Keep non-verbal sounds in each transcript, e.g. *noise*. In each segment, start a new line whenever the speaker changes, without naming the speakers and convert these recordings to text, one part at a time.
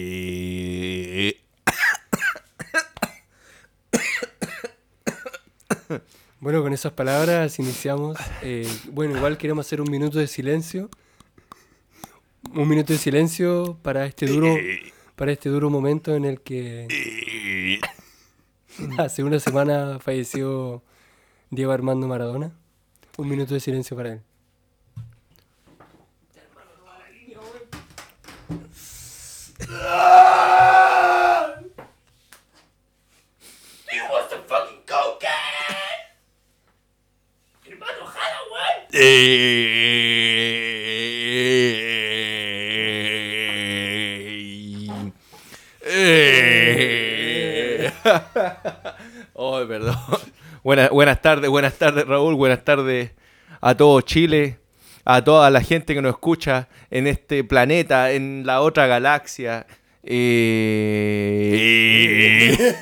Eh,
Bueno, con esas palabras iniciamos. Eh, bueno, igual queremos hacer un minuto de silencio. Un minuto de silencio para este duro, para este duro momento en el que
eh,
hace una semana falleció Diego Armando Maradona. Un minuto de silencio para él.
eh, eh. Ay, perdón. *laughs* Buena- buenas tardes, buenas tardes Raúl, buenas tardes a todo Chile, a toda la gente que nos escucha en este planeta, en la otra galaxia. Eh.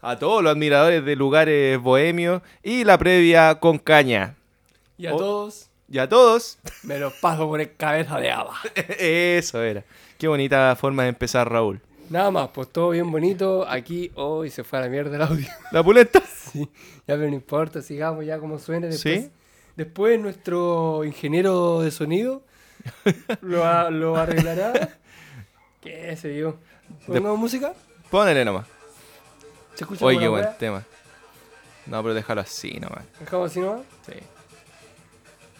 A todos los admiradores de lugares bohemios y la previa con caña.
Y a
Oh.
todos,
Y a todos, *laughs*
me los paso por el cabeza de haba.
eso era. Qué bonita forma de empezar, Raúl.
Nada más, pues todo bien bonito. Aquí hoy se fue a la mierda el audio.
La pulenta. *laughs*
Sí, ya pero no importa, sigamos ya como suene después.
Sí.
Después nuestro ingeniero de
*laughs*
sonido lo, a- lo arreglará. ¿Qué sé yo? ¿Pongamos música?
Pónele nomás.
¿Se escucha
Oye,
por
qué
la
buen
wea?
tema. No, pero déjalo así nomás.
¿Dejamos así nomás?
Sí.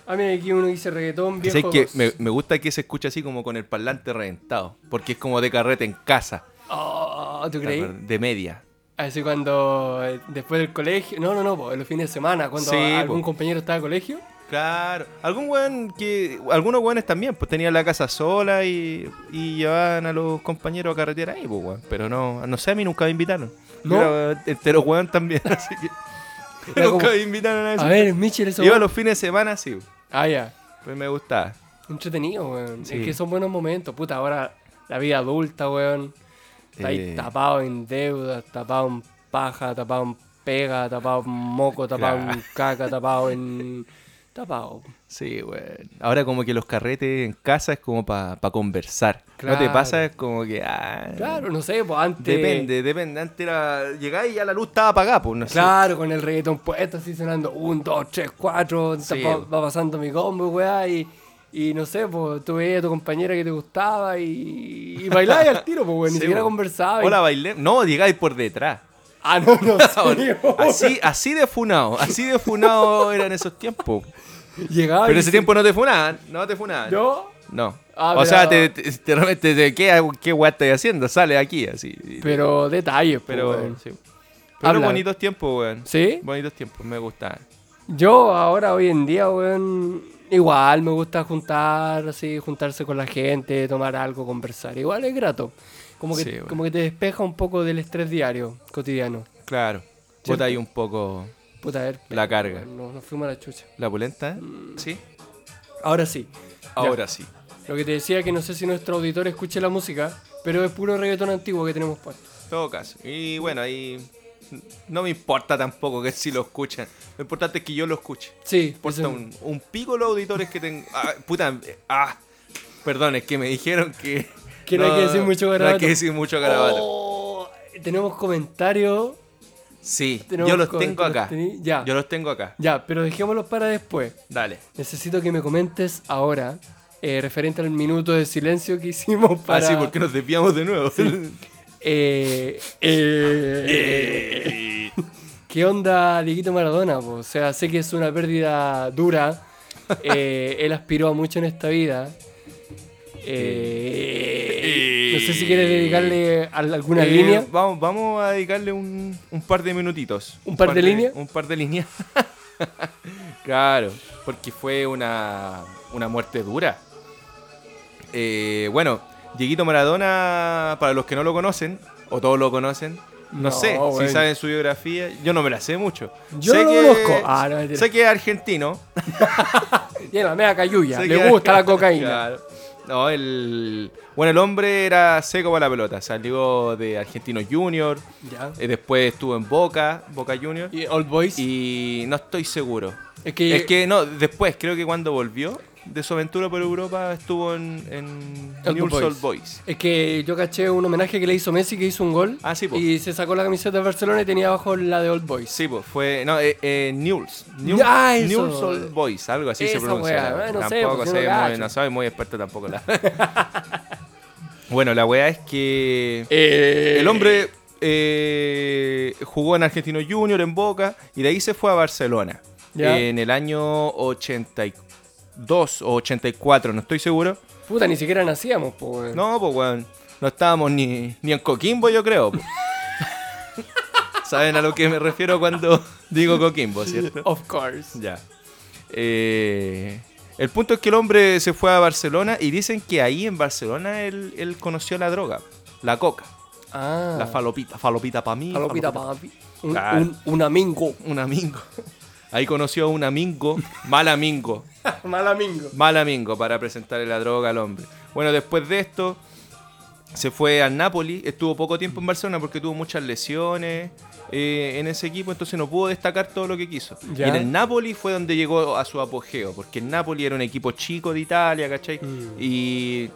Ah, mira, aquí uno dice reggaetón,
Que sé
viejo.
que me, me gusta que se escuche así como con el parlante reventado. Porque es como de carrete en casa.
Oh,
Ah,
¿tú creí?
De media.
Así cuando eh, después del colegio... No, no, no, po, los fines de semana, cuando
Sí,
algún
po.
compañero estaba de colegio.
Claro. Algún weón que. Algunos weones también, pues tenían la casa sola y, y llevaban a los compañeros a carretera ahí, pues weón. Pero no, no sé, a mí nunca me invitaron.
¿No?
Yo era entero weón también, *laughs* así que.
Era
nunca
como-
me invitaron a eso.
A ver, Michel, eso...
Iba los fines de semana, sí.
Ah, ya.
Pues me gustaba.
Entretenido, weón.
Sí.
Es que son buenos momentos. Puta, ahora la vida adulta, weón. Está ahí
Eh.
tapado en deudas, tapado en paja, tapado en pega, tapado en moco, tapado en
Claro.
caca, tapado en... Tapado.
Sí, weón. Ahora como que los carretes en casa es como para conversar. ¿No te
Claro.
pasa? Es como que... ah,
Claro, no sé, pues antes...
Depende, depende. Antes era... Llegáis y ya la luz estaba apagada, pues no sé.
Claro, con el reggaetón puesto así sonando un, dos, tres, cuatro,
Sí,
va,
weón.
va pasando mi combo, weá, y, y no sé, pues tú veías a tu compañera que te gustaba y, y bailabas al tiro, pues, weón, ni
Sí,
siquiera
weón.
conversabas. y-
Hola, bailé. No, llegáis por detrás.
Ah, no,
*laughs*
no, sí, weón. *laughs*
Así, así de funado, así de funado eran esos tiempos.
Llegaba
Pero en
y
ese tiempo no te funaban, no te funaban.
Yo,
No.
Ah,
o sea, te,
pero-
te, te- realmente te- ¿qué, qué weá estás haciendo? Sale aquí así.
pero detalles, pero.
Pero, sí. Pero
Pues, Habla.
bonitos tiempos, weón.
¿Sí?
Bonitos tiempos, me gustaban.
Yo ahora, hoy en día, weón, igual me gusta juntar, así, juntarse con la gente, tomar algo, conversar. Igual es grato. Como que,
Sí, weón.
como que te despeja un poco del estrés diario, cotidiano.
Claro.
¿Cierto?
Bota ahí un poco
Puta, a ver.
La carga.
No, nos fuimos a la chucha.
la polenta, ¿eh? Sí.
Ahora sí. Mm. Ya.
Ahora sí.
Lo que te decía que no sé si nuestro auditor escuche la música, pero es puro reggaetón antiguo que tenemos puesto.
Todo caso. Y bueno, ahí no me importa tampoco que si lo escuchan. Lo importante es que yo lo escuche.
Sí,
Importa
ese-
un, un pico los auditores que tengo. Ah, puta. eh, Ah, perdón, es que me dijeron que.
Que no hay que decir mucho
No hay
garabato.
que decir mucho garabato.
Oh, tenemos comentarios.
Sí,
Tenemos
yo los
co-
tengo
tú los
acá.
tení- ya.
Yo los tengo acá.
Ya, pero dejémoslos para después.
Dale. Ah,
Necesito que me comentes ahora, eh, referente al minuto de silencio que hicimos para.
Ah, sí, porque nos desviamos de nuevo. *laughs*
Eh, eh,
Eh,
¿Qué onda, Dieguito Maradona? po? O sea, sé que es una pérdida dura. eh, él aspiró a mucho en esta vida. Eh, no sé si quieres dedicarle a alguna
eh,
línea.
Vamos, vamos a dedicarle un, un par de minutitos.
¿Un par de líneas?
Un par de líneas. *laughs* claro, porque fue una, una muerte dura. Eh, bueno, Dieguito Maradona, para los que no lo conocen, o todos lo conocen, no,
No,
sé
bueno.
si saben su biografía, yo no me la sé mucho.
Yo
sé
no lo conozco. Ah, no, mentira.
sé que es argentino,
Y la mea cayuya.
Sé
Le
que-
gusta la
*laughs*
cocaína.
Claro. No, el. Bueno, el hombre era seco para la pelota. Salió de Argentino Junior.
Ya.
eh, después estuvo en Boca, Boca Junior.
Y Old Boys.
Y no estoy seguro.
Es que,
Es que no, después, creo que cuando volvió de su aventura por Europa estuvo en, en
Old
New
Boys.
Soul Boys.
es que yo caché un homenaje que le hizo Messi que hizo un gol.
Ah, sí, po.
Y se sacó la camiseta de Barcelona y tenía abajo la de Old Boys.
Sí, pues fue. No, eh, eh, Newell's. New-
Ah, eso.
Newell's Old Boys, algo así se
Esa
pronuncia.
weá, eh, no sé,
tampoco
pues, yo
sé,
no
muy-
cacho.
no soy muy experto tampoco. la- *laughs* bueno, la weá es que.
Eh,
El hombre eh, jugó en Argentino Junior, en Boca, y de ahí se fue a Barcelona.
Ya.
En el año 82 o 84, no estoy seguro.
Puta, ni siquiera nacíamos, po. weón.
No, pues, weón. No estábamos ni, ni en Coquimbo, yo
*laughs*
creo. po. ¿Saben a lo que me refiero cuando digo Coquimbo, cierto?
Of course.
Ya. Eh, el punto es que el hombre se fue a Barcelona y dicen que ahí en Barcelona él, él conoció la droga, la coca,
Ah.
la falopita, falopita para mí.
Falopita, papi. Un,
Claro.
un, un amingo.
Un amigo. Ahí conoció a un amigo, mal amigo,
Mal amingo.
*laughs* mal amigo para presentarle la droga al hombre. Bueno, después de esto se fue al Napoli, estuvo poco tiempo en Barcelona porque tuvo muchas lesiones eh, en ese equipo, entonces no pudo destacar todo lo que quiso.
Ya.
Y en el Napoli fue donde llegó a su apogeo, porque el Napoli era un equipo chico de Italia, ¿cachai?
Mm.
Y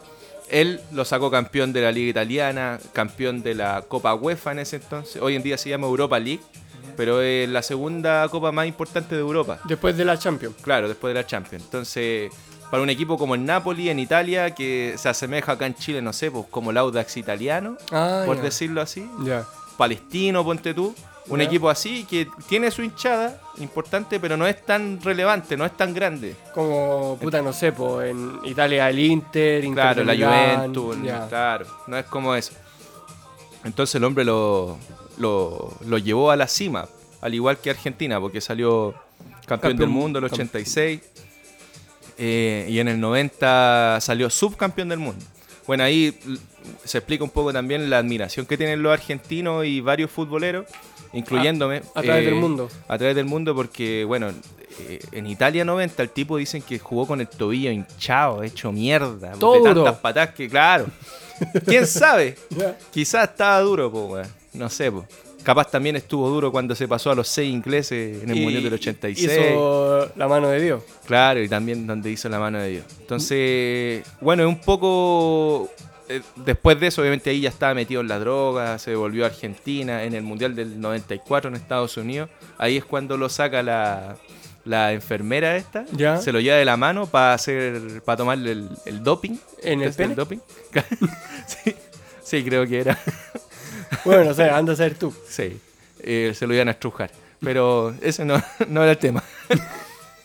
él lo sacó campeón de la Liga Italiana, campeón de la Copa UEFA en ese entonces, hoy en día se llama Europa League,
Mm.
pero es la segunda copa más importante de Europa.
Después de la Champions.
Claro, después de la Champions. Entonces, para un equipo como el Napoli en Italia, que se asemeja acá en Chile, no sé, pues como el Audax italiano,
Ah,
por
ya.
decirlo así,
Ya.
palestino, ponte tú. Un
Ya.
equipo así que tiene su hinchada importante, pero no es tan relevante, no es tan grande.
Como, puta, no sé, po. En Italia el Inter, Inter
Claro,
de
la
Milán,
Juventus, el-
ya.
claro, no es como eso. Entonces el hombre lo, lo, lo llevó a la cima, al igual que Argentina, porque salió campeón, del
Campeón-
mundo en el
campe-
86 eh, y en el 90 salió subcampeón del mundo. Bueno, ahí l- se explica un poco también la admiración que tienen los argentinos y varios futboleros, incluyéndome. eh,
a través del mundo.
A través del mundo porque, bueno, eh, en Italia 90 el tipo dicen que jugó con el tobillo hinchado, hecho mierda.
Todo
de
duro.
tantas patas que, claro. ¿Quién sabe?
Ya.
Quizás estaba duro, po, weón. No sé, po. Capaz también estuvo duro cuando se pasó a los seis ingleses en el
Y-
Mundial del 86.
Hizo la mano de Dios.
Claro, y también donde hizo la mano de Dios. Entonces, bueno, es un poco. eh, Después de eso, obviamente ahí ya estaba metido en la droga, se volvió a Argentina, en el Mundial del 94 en Estados Unidos. Ahí es cuando lo saca la, la enfermera esta,
Ya.
se lo lleva de la mano para hacer para tomarle el, el doping.
¿En el
test del
pene?
doping. *laughs* sí, sí, creo que era. *laughs*
Bueno, o sea, anda a ser tú.
Sí, eh, se lo iban a estrujar. Pero ese no, *laughs* no era el tema.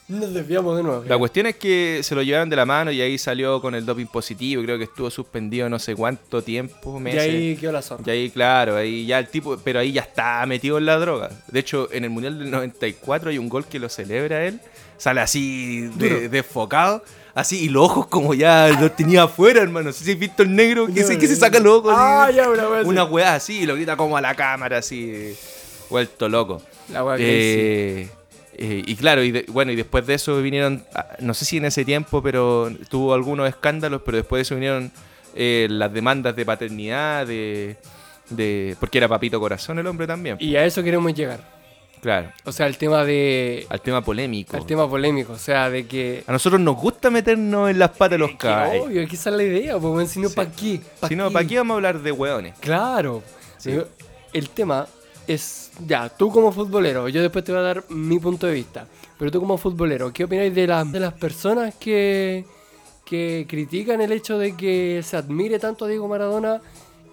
Nos desviamos de nuevo.
La cuestión es que se lo llevaron de la mano y ahí salió con el doping positivo. Creo que estuvo suspendido no sé cuánto tiempo,
y
meses.
ahí quedó la zona.
Y ahí, claro, ahí ya el tipo, pero ahí ya está metido en la droga. De hecho, en el Mundial del 94 hay un gol que lo celebra él. Sale así, de-
Duro.
desfocado, así, y los ojos como ya los tenía afuera, hermano. No sé si has visto el negro, que, se, que se saca los ojos.
Ah,
así.
ya, una wea así.
Una weá así, y lo grita como a la cámara, así, vuelto loco.
La wea que
Eh, eh, y claro, y de- bueno, y después de eso vinieron, ah, no sé si en ese tiempo, pero tuvo algunos escándalos, pero después de eso vinieron eh, las demandas de paternidad, de, de- porque era papito corazón el hombre también.
Y a eso queremos llegar.
claro,
O sea, el tema de.
al tema polémico.
Al tema polémico. O sea, de que.
A nosotros nos gusta meternos en las patas de los
que
caballos.
obvio, es que esa es la idea, pues, weón, si no,
Sí.
¿para qué?
Si no, ¿para qué vamos a hablar de hueones?
Claro.
Sí.
Digo, El tema es, ya, tú como futbolero, yo después te voy a dar mi punto de vista, pero tú como futbolero, ¿qué opináis de, las de las personas que, que critican el hecho de que se admire tanto a Diego Maradona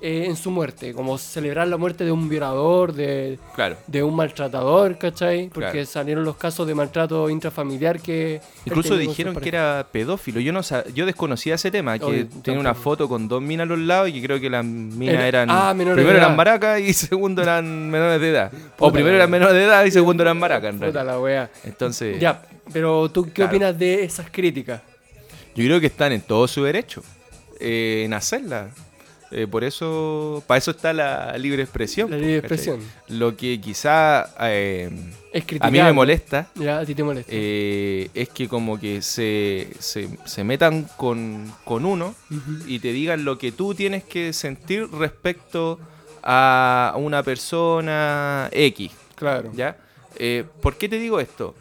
eh, en su muerte? Como celebrar la muerte de un violador, de,
Claro.
de un maltratador, ¿cachai? Porque
Claro.
salieron los casos de maltrato intrafamiliar que... este él
Incluso
tenía con sus
dijeron que
parejas.
era pedófilo. Yo no sab- yo desconocía ese tema, que
Oye,
tenía una
tampoco.
foto con dos minas a los lados y creo que las minas
Era-
eran
ah, menores de
primero
edad.
eran maracas y *laughs* segundo eran menores de edad. o
Puta
primero
la
eran
wea.
menores de edad y segundo eran maracas en
Puta
realidad.
la wea.
Entonces,
Ya, pero tú qué
Claro.
opinas de esas críticas?
yo creo que están en todo su derecho eh, en hacerla. Eh, por eso, para eso está la libre expresión.
La libre
¿cachai?
expresión.
Lo que quizá eh,
Es
a
criticar.
mí me molesta
Ya, a ti te molesta.
eh, es que como que se, se, se metan con, con uno
Ujú.
y te digan lo que tú tienes que sentir respecto a una persona X,
Claro.
¿ya? Eh, ¿Por qué te digo esto?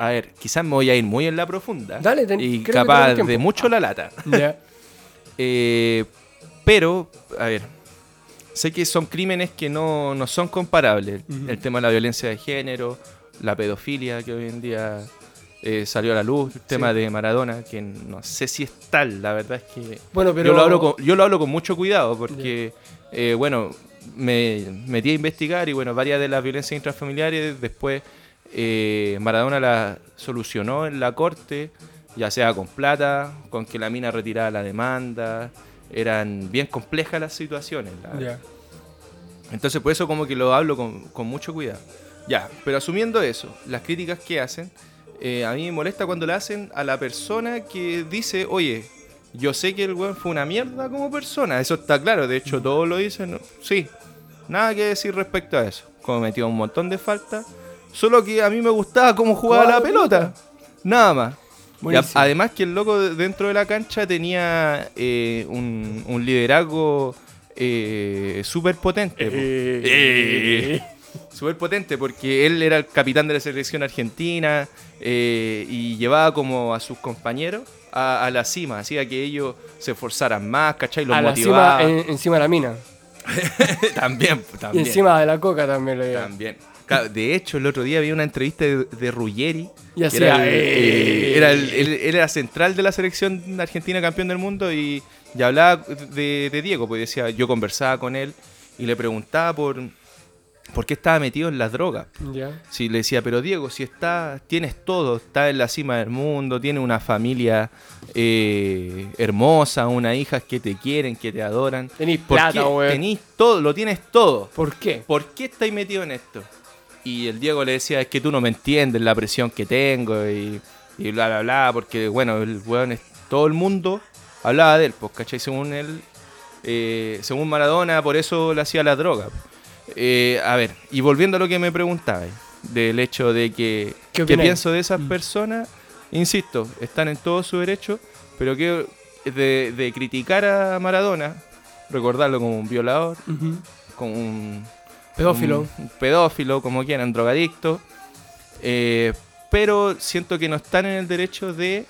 a ver, quizás me voy a ir muy en la profunda.
Dale, ten-
Y
creo que
capaz
tenemos
de
tiempo.
mucho la lata.
Ya.
Eh, pero, a ver, sé que son crímenes que no, no son comparables. El tema de la violencia de género, la pedofilia que hoy en día eh, salió a la luz, el tema de Maradona, que no sé si es tal, la verdad es que
Bueno, pero.
yo, lo hablo con, yo lo hablo con mucho cuidado porque, eh, bueno, me metí a investigar y, bueno, varias de las violencias intrafamiliares después eh, Maradona las solucionó en la corte, ya sea con plata, con que la mina retiraba la demanda. Eran bien complejas las situaciones. la verdad.
Ya.
Entonces, por eso como que lo hablo con, con mucho cuidado. Ya, pero asumiendo eso, las críticas que hacen, eh, a mí me molesta cuando le hacen a la persona que dice, oye, yo sé que el weón fue una mierda como persona, eso está claro, de hecho todos lo dicen, ¿no? sí, nada que decir respecto a eso. Cometió un montón de faltas, solo que a mí me gustaba cómo jugaba
Jugaba
la
la
pelota, nada más. Y a-
Buenísimo.
además que el loco de- dentro de la cancha tenía eh, un, un liderazgo eh, súper potente. po. Eh. Súper potente porque él era el capitán de la selección argentina eh, y llevaba como a sus compañeros a, a la cima, hacía que ellos se esforzaran más, ¿cachai? Los
a la
motivaba.
cima, eh. en- encima de la mina.
*laughs* también,
Y
también.
encima de la coca también lo lleva.
También. Claro, De hecho, el otro día vi una entrevista de, de Ruggeri.
Y
que
hacía,
Era, el-
"Eh".
eh, era el- él- él era central de la selección argentina campeón del mundo y, y hablaba de, de Diego. Pues decía, yo conversaba con él y le preguntaba por, por qué estaba metido en las drogas.
Ya.
Sí, le decía, pero Diego, si está, tienes todo, está en la cima del mundo, tiene una familia eh, hermosa, una hija que te quieren, que te adoran.
Tenís
¿Por
plata,
qué?
weón.
Tenís todo, lo tienes todo.
¿Por qué?
¿Por qué estáis metido en esto? Y el Diego le decía, es que tú no me entiendes la presión que tengo y, y bla, bla, bla, porque bueno, el weón es- todo el mundo hablaba de él, pues, ¿cachai? Según él, eh, según Maradona, por eso le hacía la droga. Eh, a ver, y volviendo a lo que me preguntabais, del hecho de que,
¿Qué
¿qué,
opináis? Mm.
pienso de esas personas? Insisto, están en todo su derecho, pero que de, de criticar a Maradona, recordarlo como un violador,
Ujú.
como un
Pedófilo.
un Mm, pedófilo, como quieran, drogadicto. Eh, pero siento que no están en el derecho de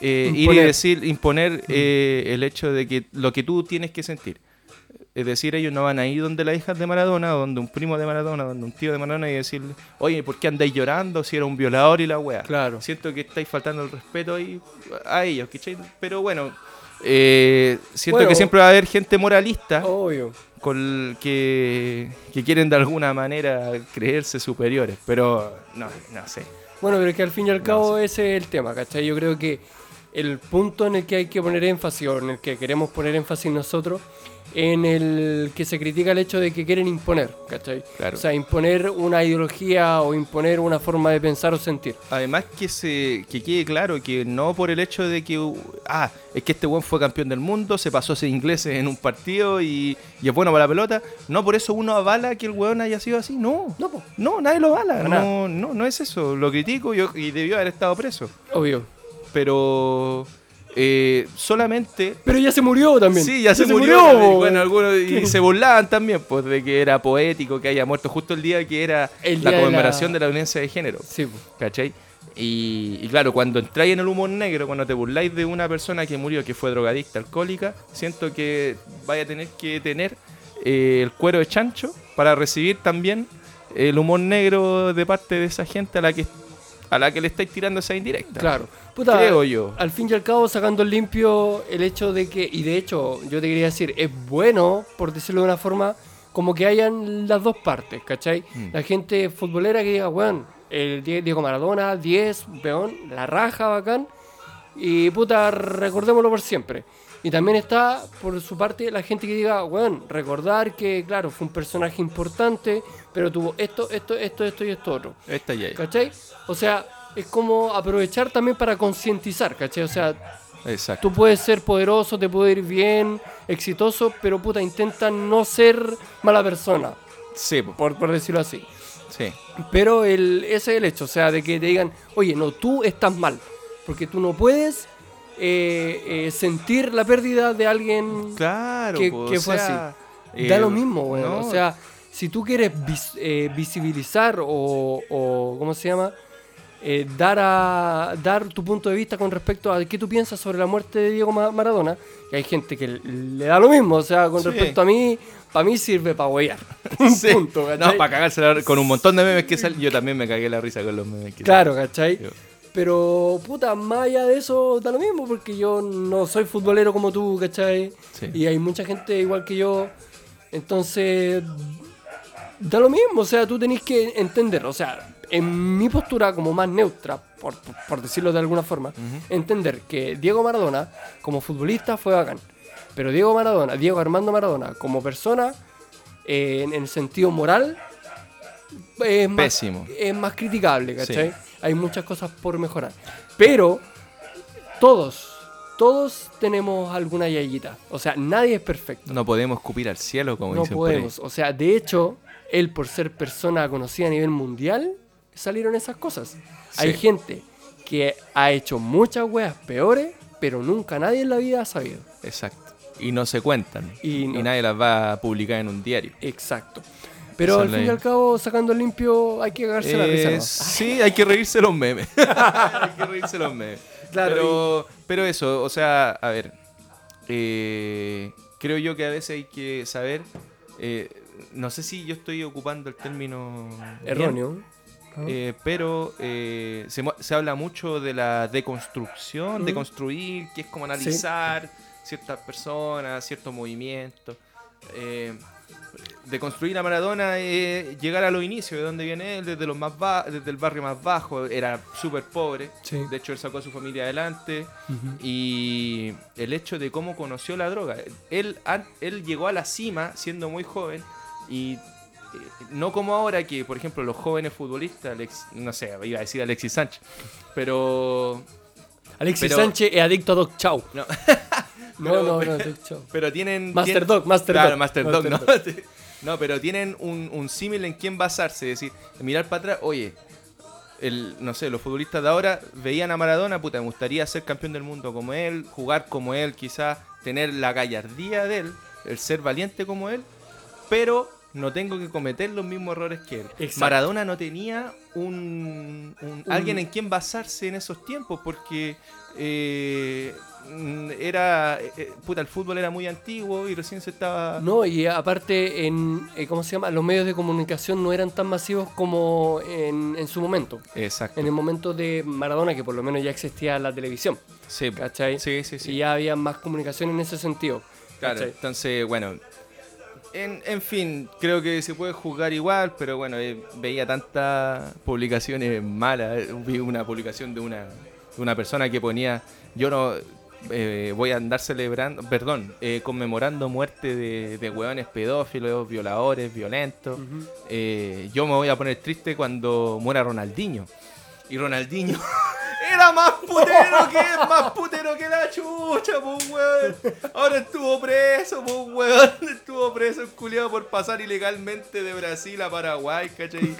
eh, ir y
Imponer. Mm.
decir, imponer eh, el hecho de que lo que tú tienes que sentir. Es decir, ellos no van a ir donde la hija de Maradona, o donde un primo de Maradona, donde un tío de Maradona y decirle, oye, ¿por qué andáis llorando si era un violador y la wea?
Claro.
Siento que estáis faltando el respeto ahí a ellos, ¿cachai? Pero bueno, eh, siento
Bueno.
que siempre va a haber gente moralista
Obvio.
con que, que quieren de alguna manera creerse superiores, pero no, no sé.
Bueno, pero es que al fin y al cabo
No,
ese es el tema, ¿cachai? Yo creo que el punto en el que hay que poner énfasis, o en el que queremos poner énfasis nosotros, en el que se critica el hecho de que quieren imponer, ¿cachai?
Claro.
O sea, imponer una ideología o imponer una forma de pensar o sentir.
Además que se que quede claro que no por el hecho de que uh, ah, es que este buen fue campeón del mundo, se pasó a ser ingleses en un partido y, y es bueno para la pelota, no por eso uno avala que el weón haya sido así, no.
No, po.
No, nadie lo avala,
Para nada.
no, no, no es eso, lo critico yo, y debió haber estado preso.
Obvio.
Pero eh, solamente
Pero ya se murió también.
Sí, ya, se, murió. pues, y, bueno, algunos y se burlaban también, pues, de que era poético que haya muerto justo el día que era
El día
la
de la-
conmemoración de la... violencia de género.
Sí, po.
¿Cachai? Y, y claro, cuando entráis en el humor negro, cuando te burláis de una persona que murió, que fue drogadicta, alcohólica, siento que vaya a tener que tener eh, el cuero de chancho para recibir también el humor negro de parte de esa gente a la que a la que le estáis tirando esa indirecta.
Claro. Puta,
Creo yo.
Al fin y al cabo, sacando limpio el hecho de que, y de hecho, yo te quería decir, es bueno, por decirlo de una forma, como que hayan las dos partes, ¿cachai?
Mm.
La gente futbolera que diga, weón, el Die- Diego Maradona, 10, weón, la raja, bacán, y puta, recordémoslo por siempre. Y también está, por su parte, la gente que diga, weón, recordar que, claro, fue un personaje importante, pero tuvo esto, esto, esto, esto y esto otro.
Esta ya. es.
¿Cachai? O sea, es como aprovechar también para concientizar, ¿cachai? O sea,
Exacto.
tú puedes ser poderoso, te puede ir bien, exitoso, pero puta, intenta no ser mala persona,
Sí, po.
por, por decirlo así.
sí.
Pero el, ese es el hecho, o sea, de que te digan, oye, no, tú estás mal, porque tú no puedes eh, eh, sentir la pérdida de alguien
Claro,
que,
po, o
que fue
sea,
así.
eh,
da lo mismo, weón.
no,
O sea, si tú quieres vis- eh, visibilizar o, o- ¿Cómo se llama? eh, dar, a, dar tu punto de vista con respecto a qué tú piensas sobre la muerte de Diego Ma- Maradona. Y hay gente que le da lo mismo, o sea, con
Sí.
respecto a mí, para mí sirve para huear.
*laughs* *laughs* Sí.
punto, ¿cachai?
no, para cagarse la- con un montón de memes que salen. Yo también me cagué la risa con los memes que
Claro, ¿cachai?
Yo-
Pero, puta, más allá de eso, da lo mismo, porque yo no soy futbolero como tú, ¿cachai?
Sí.
Y hay mucha gente igual que yo. Entonces, da lo mismo, o sea, tú tenés que entender, o sea, en mi postura como más neutra, por, por decirlo de alguna forma, entender que Diego Maradona como futbolista fue bacán. Pero Diego Maradona, Diego Armando Maradona como persona, eh, en el sentido moral, eh, es más-
Pésimo.
es más criticable, ¿cachai?
Sí.
Hay muchas cosas por mejorar. Pero todos, todos tenemos alguna yayita. O sea, nadie es perfecto.
No podemos escupir al cielo, como
no
dicen por ahí.
podemos. O sea, de hecho, él por ser persona conocida a nivel mundial, salieron esas cosas. Hay gente que ha hecho muchas weas peores, pero nunca nadie en la vida ha sabido.
Exacto. Y no se cuentan.
Y no.
nadie las va a publicar en un diario.
Exacto. Pero
Esa
al
es
fin y
la-
al cabo, sacando limpio, hay que cagarse la risa.
Eh,
¿no?
sí, hay que reírse los memes. *laughs* hay que reírse los memes.
Claro,
Pero, pero eso, o sea, a ver. eh, creo yo que a veces hay que saber. eh, no sé si yo estoy ocupando el término. bien,
Erróneo. Ah.
eh, pero eh, se, mu- se habla mucho de la deconstrucción, de construir, que es como analizar ciertas personas, ciertos movimientos. Eh, de construir a Maradona, eh, llegar a los inicios, de donde viene él, desde, los más ba- desde el barrio más bajo, era súper pobre.
Sí.
De hecho, él sacó a su familia adelante. Y el hecho de cómo conoció la droga. Él, an- él llegó a la cima siendo muy joven y eh, no como ahora que, por ejemplo, los jóvenes futbolistas, Alex- no sé, iba a decir Alexis Sánchez, pero
Alexis
Pero-
Sánchez es adicto a Doc Chau. *laughs*
No.
no,
*laughs*
no, no, Doc Chau.
pero tienen...
Master
tien-
Dog, Master
Claro,
Dog,
Master
Master
Dog, ¿no? *laughs* no, pero tienen un, un símil en quién basarse, es decir, mirar para atrás, oye, el, no sé, los futbolistas de ahora veían a Maradona, puta, me gustaría ser campeón del mundo como él, jugar como él, quizás tener la gallardía de él, el ser valiente como él, pero no tengo que cometer los mismos errores que él.
Exacto.
Maradona no tenía un, un-
Un-
alguien en quien basarse en esos tiempos porque eh, mm, era eh, eh, puta, el fútbol era muy antiguo y recién se estaba
No, y aparte, en, eh, ¿cómo se llama? Los medios de comunicación no eran tan masivos como en, en su momento.
Exacto.
En el momento de Maradona, que por lo menos ya existía la televisión,
Sí, po.
¿cachai?
sí, sí, sí.
Y ya había más comunicación en ese sentido.
Claro,
¿cachai?
entonces, bueno. En, en fin, creo que se puede juzgar igual, pero bueno, eh, veía tantas publicaciones malas. eh, Vi una publicación de una, de una persona que ponía, yo no eh, voy a andar celebrando, perdón, eh, conmemorando muerte de, de hueones pedófilos, violadores, violentos. Eh, yo me voy a poner triste cuando muera Ronaldinho. Y Ronaldinho *laughs* era más putero que más putero que la chucha, pues weón. Ahora estuvo preso, pues weón. *laughs* Estuvo preso el culiado por pasar ilegalmente de Brasil a Paraguay, ¿cachai?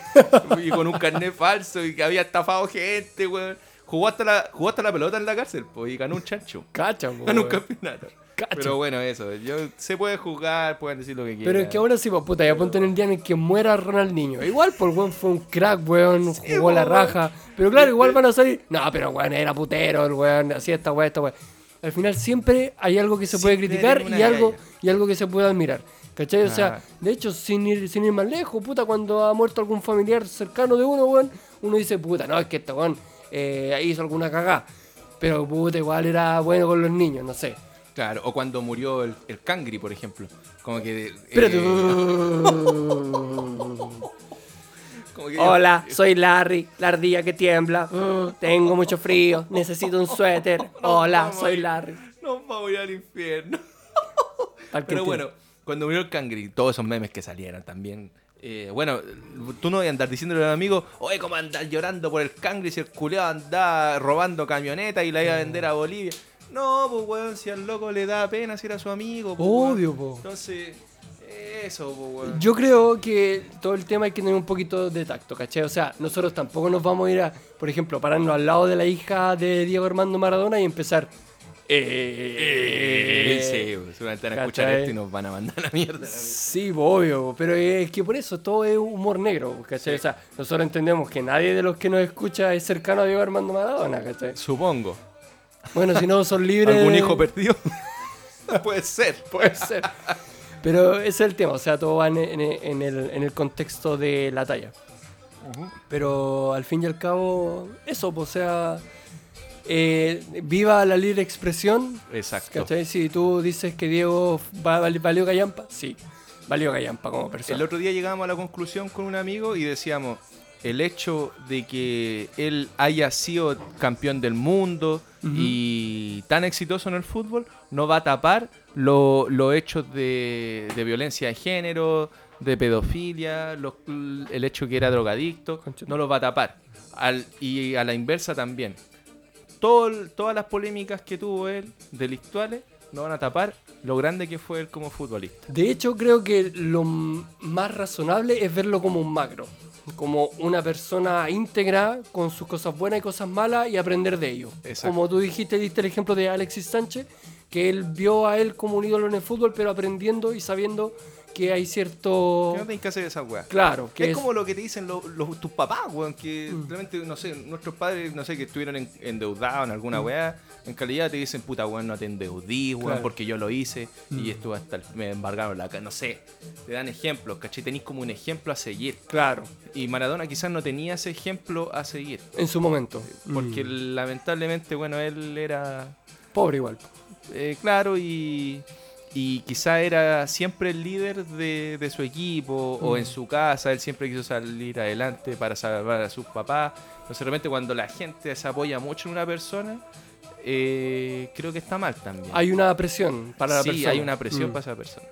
Y con un carnet falso y que había estafado gente, weón. Jugó hasta la, jugó hasta la pelota en la cárcel, pues, y ganó un chancho.
Cacha, po,
Ganó un
Oh, weón.
campeonato.
Cacho.
Pero bueno, eso. Yo, se puede jugar, pueden decir lo que quieran.
Pero es que ahora sí, pues puta, ya ponte en el día en el que muera Ronaldinho. Igual, por weón fue un crack, weón, jugó
po,
la
pues, weón.
raja. Pero claro, igual van a salir. No, pero weón, era putero, el weón, hacía esta weón, esta weón. Al final siempre hay algo que se puede
Siempre
criticar
hay una
y algo,
galla.
y algo que se puede admirar. ¿Cachai? O sea,
Ah.
de hecho, sin ir, sin ir más lejos, puta, cuando ha muerto algún familiar cercano de uno, weón, uno dice, puta, no, es que este weón eh, hizo alguna cagada. Pero puta, igual era bueno con los niños, no sé.
Claro, o cuando murió el, el Cangri, por ejemplo. Como que. eh,
Espérate. *laughs*
como que-
Hola, soy Larry, la ardilla que *laughs* tiembla. Tengo mucho frío, necesito un *laughs* suéter. Hola, soy Larry.
Nos vamos a ir al
*laughs*
infierno.
Para el que
Pero
entienda.
bueno, cuando murió el Cangri, todos esos memes que salieron también. eh, bueno, tú no vas a andar diciéndole a los amigos, oye, cómo andar llorando por el Cangri si el culeado anda robando camionetas y la iba a vender a Bolivia. No, pues weón, si al loco le da pena si era su amigo. pues, weón.
Obvio, po.
Entonces, eso, pues weón.
Yo creo que todo el tema hay que tener un poquito de tacto, ¿cachai? O sea, nosotros tampoco nos vamos a ir a, por ejemplo, pararnos al lado de la hija de Diego Armando Maradona y empezar.
Sí,
Eh,
pues, seguramente van a escuchar
¿Cachai?
esto y nos van a mandar a la mierda.
sí, bo, obvio, pero es que por eso todo es humor negro, ¿cachai? O sea, nosotros entendemos que nadie de los que nos escucha es cercano a Diego Armando Maradona, ¿cachai?
Supongo.
Bueno, si no son *laughs* libres...
¿Algún hijo perdido? *laughs* Puede ser.
Puede ser. *laughs* Pero ese es el tema, o sea, todo va en, en- en el, en el contexto de la talla. Pero al fin y al cabo, eso, pues, o sea, eh, viva la libre expresión.
Exacto.
¿Cachai? Si tú dices que Diego va- val- valió Gallampa, sí, valió Gallampa como
El
persona.
otro día llegábamos a la conclusión con un amigo y decíamos, el hecho de que él haya sido campeón del mundo y tan exitoso en el fútbol, no va a tapar lo- los hechos de, de violencia de género, de pedofilia, los- el hecho que era drogadicto,
Concha.
no los va a tapar. Al- y a la inversa también. Todo el- todas las polémicas que tuvo él, delictuales, no van a tapar lo grande que fue él como futbolista.
De hecho, creo que lo m- más razonable es verlo como un macro, como una persona íntegra con sus cosas buenas y cosas malas y aprender de ello.
Exacto.
Como tú dijiste, diste el ejemplo de Alexis Sánchez, que él vio a él como un ídolo en el fútbol, pero aprendiendo y sabiendo que hay cierto...
Que no tenés que hacer esa weá.
Claro, que
es,
es- Mm.
como lo que te dicen los- los- tus papás, weón, que realmente, no sé, nuestros padres, no sé, que estuvieron en- endeudados en alguna weá, en calidad te dicen, puta weón, no te endeudí, weón,
Mm. Claro. Mm.
porque yo lo hice y estuve hasta, el- me embargaron la ca- no sé, te dan ejemplos, ¿cachai? Tenís como un ejemplo a seguir.
Claro,
Y Maradona quizás no tenía ese ejemplo a seguir,
en su momento.
porque
Mm.
lamentablemente, bueno, él era
Pobre igual.
eh, claro, y, y quizá era siempre el líder de, de su equipo o en su casa, él siempre quiso salir adelante para salvar a sus papás. Entonces, de repente, cuando la gente se apoya mucho en una persona, eh, creo que está mal también.
Hay una presión para la
sí,
persona.
hay una presión
Mm.
para esa persona.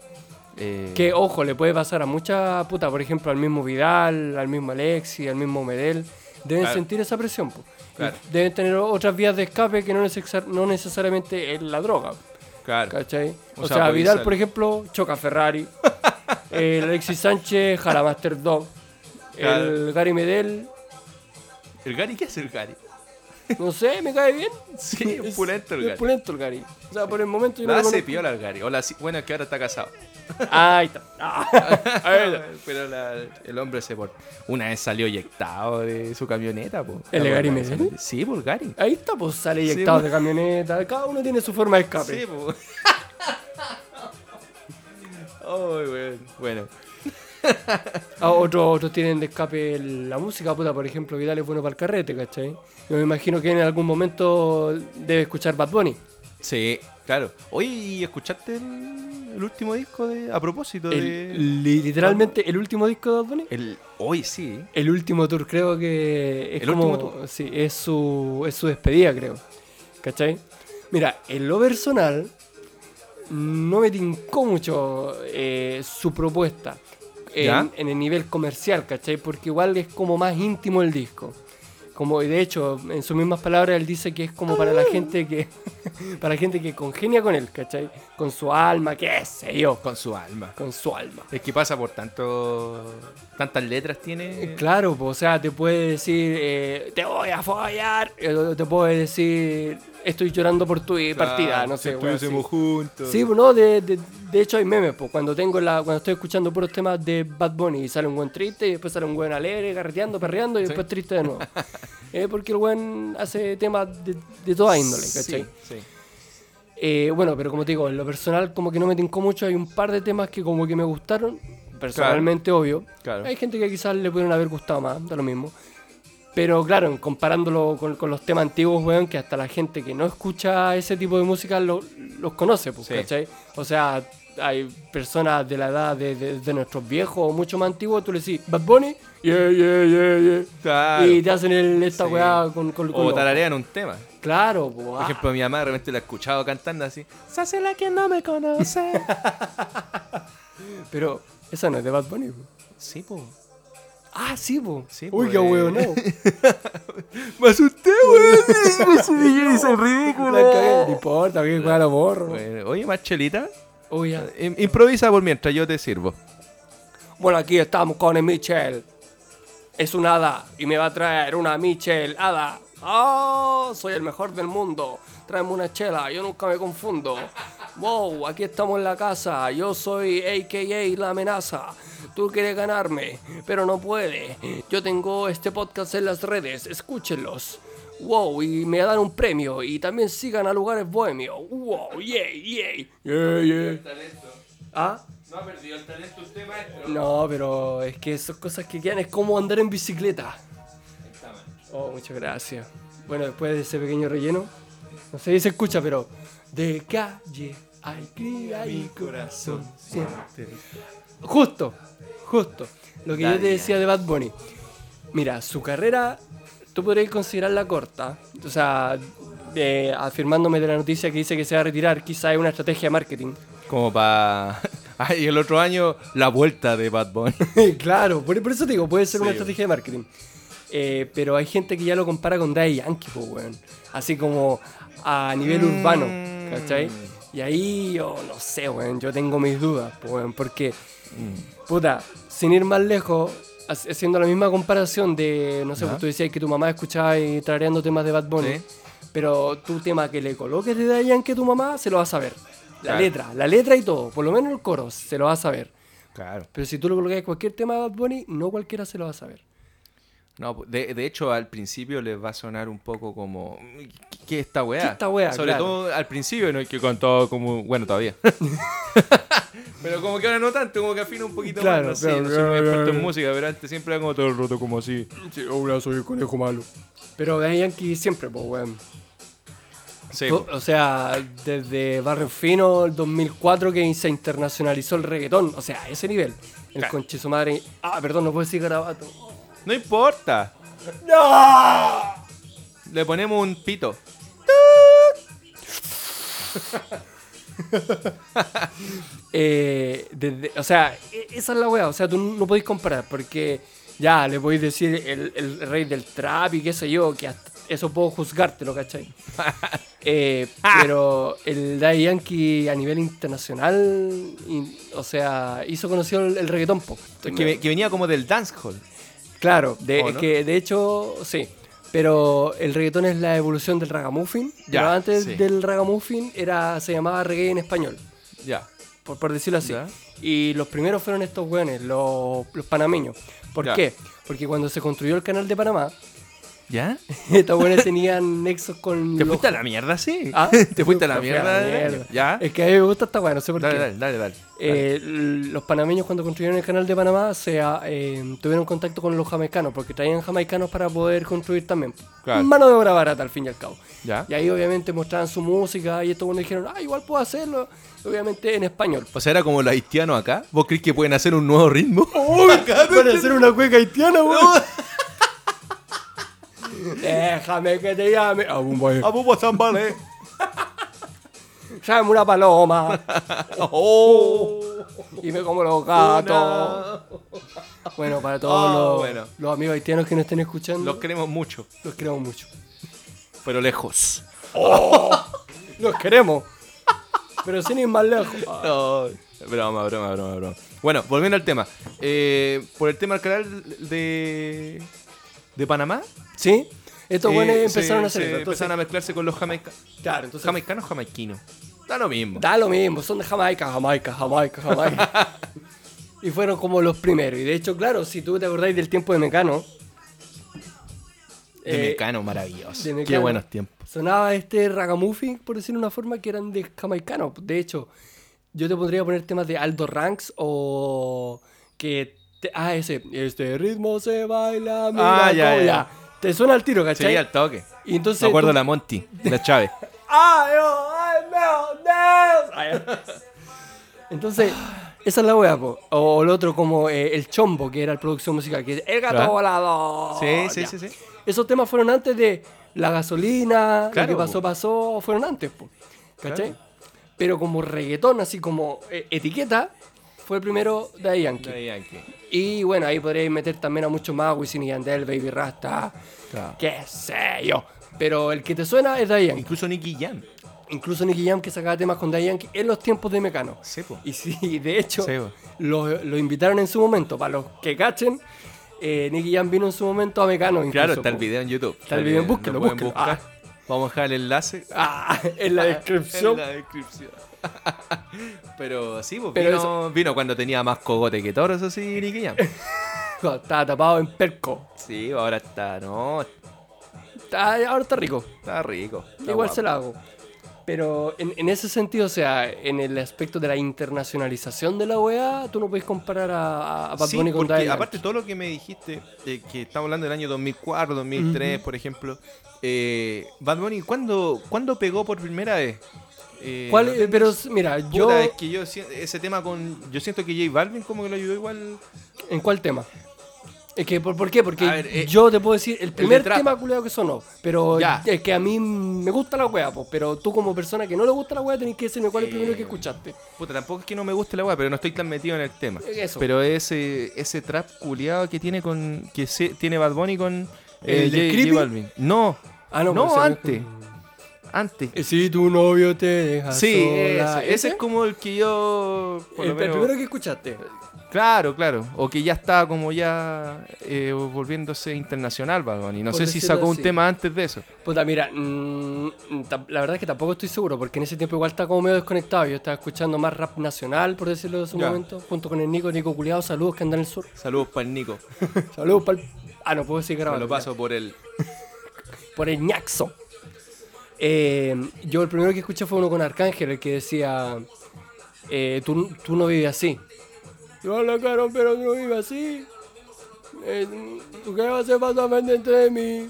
Eh,
Que ojo, le puede pasar a mucha puta, por ejemplo, al mismo Vidal, al mismo Alexi, al mismo Medel. Deben
Claro.
sentir esa presión. po. Y
Claro.
Deben tener otras vías de escape que no, necesar- no necesariamente es la droga.
claro,
¿Cachai?
O
O,
sea,
sea,
podéis
Vidal,
sal-
por ejemplo, choca a
*laughs*
Ferrari. el Alexis Sánchez, jala Master Dog.
Claro.
El Gary Medel,
¿el Gary qué es el Gary?
no sé, me cae bien.
Sí,
Es-
es pulento el
es
Gary.
pulento el Gary. O sea, por el momento yo
La
no lo
hace
conozco.
piola el Gary. O la, si- bueno, es que ahora está *laughs* casado.
Ahí
*laughs*
está. Ah, ahí está.
Pero la- el hombre se por Una vez salió eyectado de su camioneta, po.
¿El
¿Te
Gary
acuerdas?
Medel?
Sí, por Gary.
Ahí está, pues sale
Sí,
eyectado
bueno.
de camioneta. Cada uno tiene su forma de escape.
Sí, pues. po. *laughs* Ay, weón. Bueno, pues.
Ah, otros, otros tienen de escape el- la música, puta, por ejemplo, Vidal es bueno para el carrete, ¿cachai? Yo me imagino que en algún momento debe escuchar Bad Bunny.
sí, claro. Oye, ¿y ¿escuchaste el, el último disco de a propósito de
El- literalmente, el último disco de Bad Bunny,
el- hoy sí.
el último tour creo que es
El
como,
último
sí, es su, es su despedida, creo, ¿cachai? Mira, en lo personal, no me tincó mucho eh, su propuesta
¿Ya?
en, en el nivel comercial, ¿cachai? Porque igual es como más íntimo el disco. Como, y de hecho, en sus mismas palabras, él dice que es como para la
Ah.
gente que. *laughs* para la gente que congenia con él, ¿cachai? Con su alma, qué sé yo.
Con su alma.
Con su alma.
Es que pasa por tanto tantas letras tiene.
Eh, Claro, po, o sea, te puede decir, eh, te voy a follar. eh, o te puede decir, estoy llorando por tu partida, no
Si
sé. weón,
estuviésemos
sí.
juntos.
Sí, no, de, de- de hecho hay memes, pues cuando tengo la, cuando estoy escuchando puros temas de Bad Bunny y sale un buen triste y después sale un buen alegre, carreteando, perreando y después triste de
*laughs*
nuevo. Eh, porque el buen hace temas de, de toda índole, ¿cachai?
Sí, sí.
Eh, bueno, pero como te digo, en lo personal como que no me tincó mucho, hay un par de temas que como que me gustaron, personalmente obvio.
Claro.
Hay gente que quizás le pudieron haber gustado más, da lo mismo. Pero claro, en comparándolo con, con los temas antiguos, weón, que hasta la gente que no escucha ese tipo de música lo- los conoce, pues,
Sí.
¿cachai? O sea, hay personas de la edad de, de- de nuestros viejos o mucho más antiguos, tú le decís, Bad Bunny, yeah, yeah, yeah, yeah",
Claro.
Y te hacen el- esta
Sí.
weá con, con, con
O
los-
tararean un tema.
Claro, pues,
Por ejemplo, mi mamá de repente la he escuchado cantando así. Se hace la que no me conoce.
*laughs* pero esa no es de Bad Bunny, pues.
sí, po.
Ah, sí, po.
Sí, po,
Uy, qué
eh.
huevo, no.
Me asusté, weón. Me subí hice el
La cagué. No importa, que juega lo borro.
Oye, Marchelita,
Uy, ya.
im- improvisa por mientras yo te sirvo.
Bueno, aquí estamos con el Michel. Es un hada y me va a traer una Michel hada. ¡Ah! soy el mejor del mundo. Tráeme una chela, yo nunca me confundo. Wow, aquí estamos en la casa. Yo soy AKA La Amenaza. Tú quieres ganarme, pero no puede. Yo tengo este podcast en las redes, escúchenlos. Wow, y me dan un premio y también sigan a lugares bohemios. Wow, yeah, yeah. Yeah, yeah. ¿Ah?
No ha perdido el talento usted, maestro.
No, pero es que son cosas que quedan, es como andar en bicicleta. Oh, muchas gracias. Bueno, después de ese pequeño relleno, no sé si se escucha, pero. De calle hay cría y corazón. siempre. Justo, justo. Lo que yo te
Dale.
decía de Bad Bunny. Mira, su carrera, tú podrías considerarla corta. O sea, eh, afirmándome de la noticia que dice que se va a retirar, quizá es una estrategia de marketing.
Como para. *laughs* Ay, el otro año, la vuelta de
*laughs*
Bad Bunny.
claro, por, por eso te digo, puede ser una
Sí,
estrategia de marketing. Eh, pero hay gente que ya lo compara con Daddy Yankee, pues, weón. Así como a nivel urbano,
Mm.
¿cachai? Y ahí yo no sé, weón, yo tengo mis dudas, pues, weón, porque, puta, sin ir más lejos, ha- haciendo la misma comparación de, no sé,
Ya.
pues, tú decías que tu mamá escuchaba y trareando temas de Bad Bunny,
Sí.
pero tu tema que le coloques de Daddy Yankee a tu mamá, se lo va a saber. La
Claro.
letra, la letra y todo, por lo menos el coro, se lo va a saber.
Claro.
Pero si tú lo colocas cualquier tema de Bad Bunny, no cualquiera se lo va a saber.
No, de, de hecho, al principio les va a sonar un poco como. ¿Qué es esta weá?
¿Qué esta weá?
Sobre
Claro.
todo al principio, no hay que contar como. Bueno, todavía.
*laughs*
pero como que ahora no tanto, como que afina un poquito
Claro,
más. No, sé,
claro,
no soy
claro,
muy experto
claro.
en música, pero antes siempre hago todo el roto como así.
Sí, hola, soy el conejo malo. Pero Daddy Yankee siempre, pues, weón.
Sí,
O- O sea, desde Barrio Fino, el 2004, que se internacionalizó el reggaetón. O sea, a ese nivel. El
Claro.
conche su madre. Ah, perdón, no puedo decir garabato.
No importa.
¡No!
Le ponemos un pito.
Eh, desde- o sea, e- esa es la weá. O sea, tú no podéis comparar porque ya le podéis decir el, el rey del trap y qué sé yo, que hasta eso puedo juzgártelo, *laughs* ¿cachai? Eh, pero el Daddy Yankee a nivel internacional, in- o sea, hizo conocido el, el reggaetón pop.
Que, ve- que venía como del dancehall.
Claro, de,
¿O
es
no?
que de hecho, sí. Pero el reggaetón es la evolución del ragamuffin.
Ya,
pero antes
sí.
del ragamuffin era, se llamaba reggae en español
Ya.
por, por decirlo así.
Ya.
Y los primeros fueron estos hueones, los, los panameños. ¿Por
Ya.
qué? Porque cuando se construyó el canal de Panamá, *laughs*
¿Ya?
estos hueones tenían nexos con
¿Te
los... *laughs*
fuiste a la mierda, sí?
Ah,
¿Te fuiste a la
me fui
mierda? eh. ¿Ya?
Es que a mí me gusta esta hueá, no sé por
Dale,
qué.
dale, dale, dale.
Eh, l- los panameños cuando construyeron el canal de Panamá se, ah, eh, tuvieron contacto con los jamaicanos porque traían jamaicanos para poder construir también.
Claro.
Mano de obra barata al fin y al cabo.
Ya.
Y ahí obviamente mostraban su música y estos buenos dijeron, ah, igual puedo hacerlo, obviamente en español.
O sea, era como los haitianos acá. ¿Vos crees que pueden hacer un
*laughs*
nuevo ritmo?
Van a hacer una cueca haitiana, weón. Déjame que te llame. A un boy.
¡A
*laughs*
Bobo Zambale!
Llame una paloma.
¡Oh!
Y me como los gatos. Bueno, para todos
Oh,
los,
bueno.
los amigos haitianos que nos estén escuchando,
Los
los,
queremos mucho,
queremos mucho.
pero lejos.
Oh. *laughs* Los queremos. Pero sin ir más lejos.
No, broma, broma, broma, broma. Bueno, volviendo al tema. Eh, por el tema del canal de, de Panamá.
¿Sí? Estos
eh,
buenos
se-
empezaron a
se
hacer eso. Entonces,
Empezaron a mezclarse con los jamaicanos.
Claro, entonces-
Jamaicanos o jamaiquinos. Da lo mismo.
Da lo mismo, son de Jamaica, Jamaica, Jamaica, Jamaica. y fueron como los primeros. Y de hecho, claro, si tú te acordáis del tiempo de Mecano.
de
eh,
Mecano, maravilloso.
de Mecano.
Qué buenos tiempos.
Sonaba este ragamuffin, por decirlo de una forma, que eran de jamaicanos. De hecho, yo te podría poner temas de Aldo Ranks o que... te- ah, ese. Este ritmo se baila, mira
Ah, ya,
cómo-
ya.
Te suena al tiro,
Sí,
¿cachai?
al toque.
Y entonces...
Me acuerdo
tú-
de la Monty, de la
*laughs*
Chávez.
¡Ay, oh, ay, meu Dios! Ay, Entonces, esa es la wea, po. O el otro como eh, El Chombo, que era el producción musical, que es El Gato
Ah.
Volador.
Sí, sí,
Oh, Ya.
sí, sí.
Esos temas fueron antes de La Gasolina,
Claro,
Lo que pasó,
po.
pasó, fueron antes, po. ¿Cachai?
Claro.
Pero como reggaetón, así como eh, etiqueta, fue el primero de Yankee.
Daddy Yankee.
Y bueno, ahí podréis meter también a muchos más, Wisin y Yandel, Baby Rasta,
Claro.
qué sé yo. Pero el que te suena es Daddy Yankee.
Incluso Nicky Jam.
Incluso Nicky Jam que sacaba temas con Daddy Yankee en los tiempos de Mecano.
Sí, po.
Y sí, de hecho,
Sí, po.
lo, lo invitaron en su momento, para los que cachen, Eh, Nicky Jam vino en su momento a Mecano. Incluso,
Claro, está el
po.
video en YouTube.
Está el video,
Lo
búsquelo,
pueden
búsquelo.
buscar. Vamos a dejar el enlace.
Ah, en *laughs* la
En
descripción.
la descripción. *laughs* Pero sí, pues
Pero
vino, vino cuando tenía más cogote que toros, así, Nicky
*laughs*
Jam.
Cuando Estaba tapado en perco.
Sí, ahora está, no,
Está- ahora está rico.
está rico. está
Igual
guapo.
se la hago. Pero en, en ese sentido, o sea, en el aspecto de la internacionalización de la OEA, tú no puedes comparar a, a Bad
Sí,
Bunny con
porque
Daddy
aparte todo lo que me dijiste, eh, que estamos hablando del año 2004, 2003, por ejemplo, eh, Bad Bunny, ¿cuándo, cuándo pegó por primera vez? Eh,
¿Cuál,
no
eh,
tengo-
pero s- mira, yo.
Puta, es que yo si- ese tema con... Yo siento que J Balvin como que lo ayudó igual...
¿En cuál tema? Es que, ¿por, por qué? Porque
A ver, eh,
yo te puedo decir el primer
trap.
tema culiado que sonó. Pero
Ya.
es que a mí me gusta la wea, po, pero tú como persona que no le gusta la wea tenés que decirme cuál es el
Sí.
primero que escuchaste.
Puta, tampoco es que no me guste la weá, pero no estoy tan metido en el tema.
Eso.
Pero ese, ese trap culiado que tiene con que se- tiene Bad Bunny con eh,
¿El de
J- J,
Creepy?
Balvin. No,
ah,
no,
pero ese es
antes.
como-
antes.
Eh, Si tu novio te deja
Sí,
sola.
ese, ese es como el que yo... por
el,
lo
el
menos-
primero que escuchaste.
Claro, claro. O que ya estaba como ya eh, volviéndose internacional, Bad Bunny. No
Por
sé si
decirlo
sacó
así.
un tema antes de eso.
Puta, mira, mm, tam- la verdad es que tampoco estoy seguro, porque en ese tiempo igual estaba como medio desconectado. Yo estaba escuchando más rap nacional, por decirlo de su
Ya.
momento, junto con el Nico, Nico Culeado, saludos que andan en el sur.
Saludos para el Nico.
*laughs* Saludos para Ah, no puedo seguir
Me
grabando.
lo paso por él.
ya. Por el ñaxo. Eh, yo el primero que escuché fue uno con Arcángel, el que decía, eh, tú, tú no vives así. Yo la caro, pero no vives así. Eh, ¿Tú qué vas a hacer pasamente entre mí?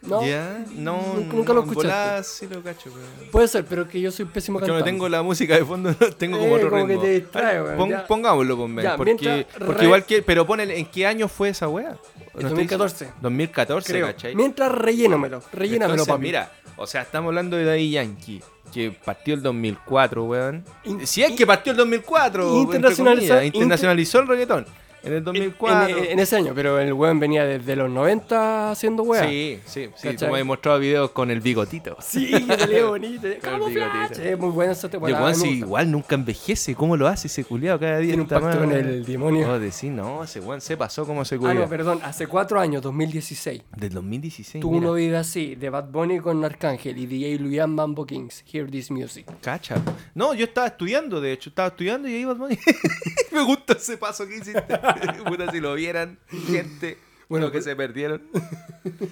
¿No?
¿Ya? No,
Nunca- nunca lo
en volada sí lo cacho, pero-
Puede ser, pero que yo soy pésimo
Que no
cantando.
tengo la música de fondo, *laughs* no, tengo como
Eh,
otro
como que
ritmo.
te distrae, weón,
Pon-
ya.
pongámoslo, ponme.
Ya,
porque,
mientras
porque
re-
igual que... Pero ponele, ¿en qué año fue esa wea?
En
No estoy-
2014.
2014,
Creo.
¿cachai?
Mientras rellénamelo, rellénamelo,
Entonces,
papi.
Mira, o sea, estamos hablando de Daddy Yankee, que partió el 2004, weón.
In-
si es que partió el 2004,
Internacionaliza-
internacionalizó, internacionalizó el reggaetón. En el
En-
2004.
En, en ese año, pero el weón venía desde los 90 haciendo weá.
sí, sí, sí.
¿Cachai?
Como he mostrado videos con el bigotito.
Sí, que se lee bonito.
*laughs* bigotito.
Camuflaje. Es muy bueno eso. Te
Y el weón, si igual nunca envejece, ¿cómo lo hace ese culiado cada día?
Tiene un
está
pacto
más-
con el demonio.
Oh, decir, no, ese weón se pasó como ese
Ah,
culiado.
no, perdón. Hace cuatro años, 2016.
Del 2016.
Tuvo
mira.
una vida así, de Bad Bunny con Arcángel y DJ Luian Mambo Kings. Hear this music.
Cacha. No, yo estaba estudiando, de hecho, estaba estudiando y ahí Bad Bunny. *laughs* Me gusta ese paso que hiciste. *laughs* Puta, si lo vieran, gente.
Bueno,
Bueno, que
pero- *laughs*
se perdieron.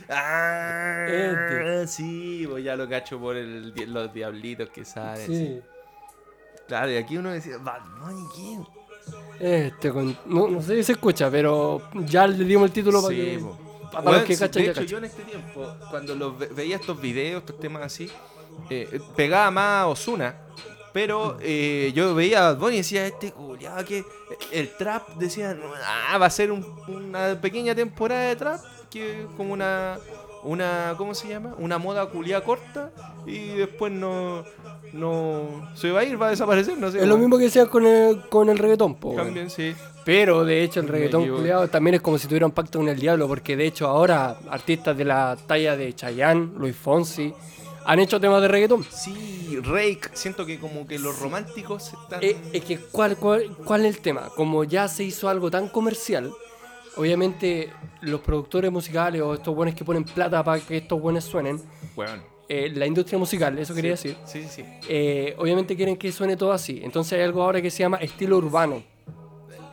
ah,
Este.
sí, pues ya lo cacho por el di- los diablitos que salen. Claro, y aquí uno decía, Bad Bunny, ¿quién?
Este, con- no, no sé si se escucha, pero ya le dimos el título para
Sí,
que.
po.
Para
Weón,
los que cachan, ya
de hecho,
cachan.
yo en este tiempo, cuando los ve- veía estos videos, estos temas así, eh, pegaba más a Osuna. Pero eh, yo veía a Bad Bunny y decía, este culiado que el trap decía, ah, va a ser un- una pequeña temporada de trap, que es como una, una, ¿cómo se llama? Una moda culiada corta y después no, no, se va a ir, va a desaparecer, no sé.
Es lo mismo que decías con el, con el reggaetón, po. weón.
También, sí.
Pero de hecho el
Me
reggaetón
equivoco.
culiado también es como si tuviera un pacto con el diablo, porque de hecho ahora artistas de la talla de Chayanne, Luis Fonsi, han hecho temas de reggaetón.
Sí, Rake, siento que como que los románticos están...
Eh, Es que ¿cuál, cuál, cuál es el tema? Como ya se hizo algo tan comercial, obviamente los productores musicales o estos buenos que ponen plata para que estos buenos suenen,
Weón.
eh, la industria musical, eso quería
Sí,
decir,
Sí, sí, sí.
eh, obviamente quieren que suene todo así. Entonces hay algo ahora que se llama estilo urbano.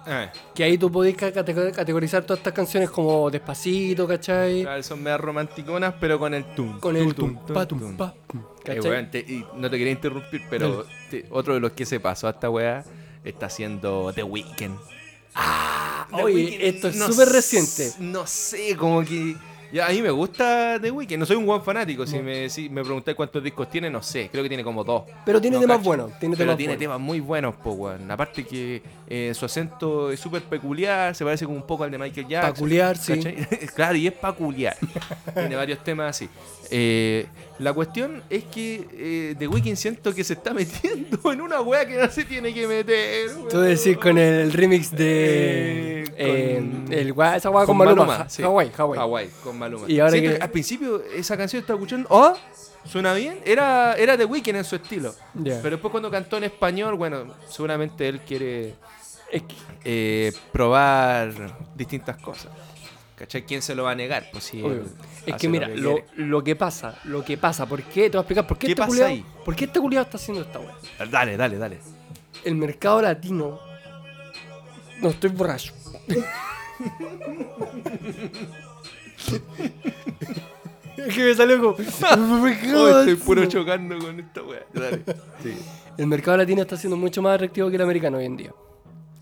Ah,
Que ahí tú podés ca- catego- categorizar todas estas canciones como despacito, ¿cachai?
claro, son medias romanticonas, pero con el tum.
con el tum, pa, tum, pa, tum,
Eh,
¿cachai?
weón, te- y no te quería interrumpir, pero te- otro de los que se pasó a esta weá está haciendo The Weeknd. Ah,
The oye, Weeknd, esto es súper
s-
reciente.
No sé, como que. ya, a mí me gusta The Weeknd, no soy un buen fanático. Si me, si me preguntáis cuántos discos tiene, no sé, creo que tiene como dos.
Pero tiene
No
temas
cacho.
buenos, tiene
Pero
temas
tiene
buenos.
temas muy buenos, po, weón. Aparte que eh, su acento es súper peculiar, se parece como un poco al de Michael Jackson.
Peculiar, sí.
¿cachai? *laughs* claro, y
*laughs*
es peculiar. tiene varios temas así. Eh, la cuestión es que eh, The Weeknd siento que se está *laughs* metiendo en una wea que no se tiene que meter. weón.
Tú decís ah, con el remix de.
Eh,
eh,
con-
el, gua- esa guay con, Maluma. Ja-
sí.
Hawái, Hawái.
con Maluma.
Y ahora
Siento
que-
al principio esa canción estaba escuchando, oh, suena bien, era, era The Weeknd en su estilo.
Ya.
Pero después cuando cantó en español, bueno, seguramente él quiere
Es que-
eh, probar distintas cosas. ¿Cachai? ¿Quién se lo va a negar? Pues sí,
Obvio.
él
Es
hace
que
lo
mira, lo,
quiere.
lo que pasa, lo que pasa, ¿por qué? Te voy a explicar por qué,
¿Qué
este
pasa
culiao-
ahí?
¿Por qué este culiado está haciendo esta weá?
Dale, dale, dale.
El mercado latino. No estoy borracho. *laughs* es que me salió como. *laughs*
Oh, estoy puro chocando con esta weá. Dale. Sí.
El mercado latino está siendo mucho más atractivo que el americano hoy en día.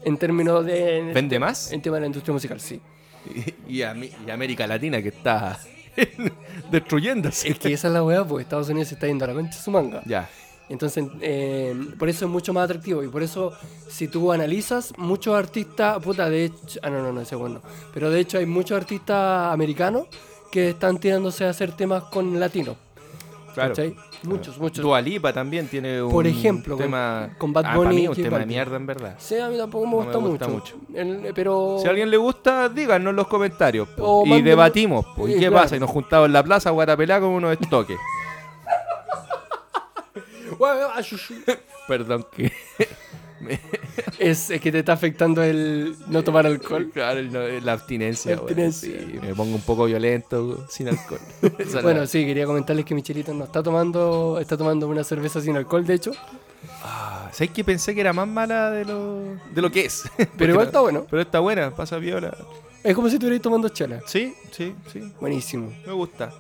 En términos de.
¿Vende más?
En tema de la industria musical, sí.
*laughs* Y, y a mí- y América Latina que está *laughs* destruyéndose.
Es que esa es la weá, porque Estados Unidos se está yendo a la concha de su manga.
Ya.
Entonces, eh, por eso es mucho más atractivo. Y por eso, si tú analizas, muchos artistas. Puta, de hecho. Ah, no, no, no, ese bueno. Pero de hecho, hay muchos artistas americanos que están tirándose a hacer temas con latinos.
Claro.
¿cachai? Muchos, muchos.
Dua Lipa también tiene un
Por ejemplo, con-
tema
con Bad
Ah, para
Bunny
mí
y
un
J
tema de
Balvin.
mierda en verdad.
Sí, a mí tampoco me
No me
gusta,
gusta
mucho. El- pero.
Si a alguien le gusta, díganlo en los comentarios. po.
O
y
manden-
debatimos. po. ¿Y
Oh, Sí,
qué
claro.
pasa? Y nos juntamos en la plaza a Guarapelá con unos
*laughs*
estoques.
ah,
Perdón que.
es, es que te está afectando el no tomar alcohol.
Claro, el no- la abstinencia. weón.
Abstinencia.
Sí, me pongo un poco violento weón,
*laughs*
sin alcohol. Esa es
Bueno,
la-
sí, quería comentarles que Michelito no está tomando, está tomando una cerveza sin alcohol, de hecho.
Ah, ¿Sabes que pensé que era más mala de lo, de lo que es? *laughs* Porque
igual
no-
está bueno.
Pero está buena, pasa viola.
Es como si estuvierais tomando chela.
Sí, sí, sí.
Buenísimo.
Me gusta.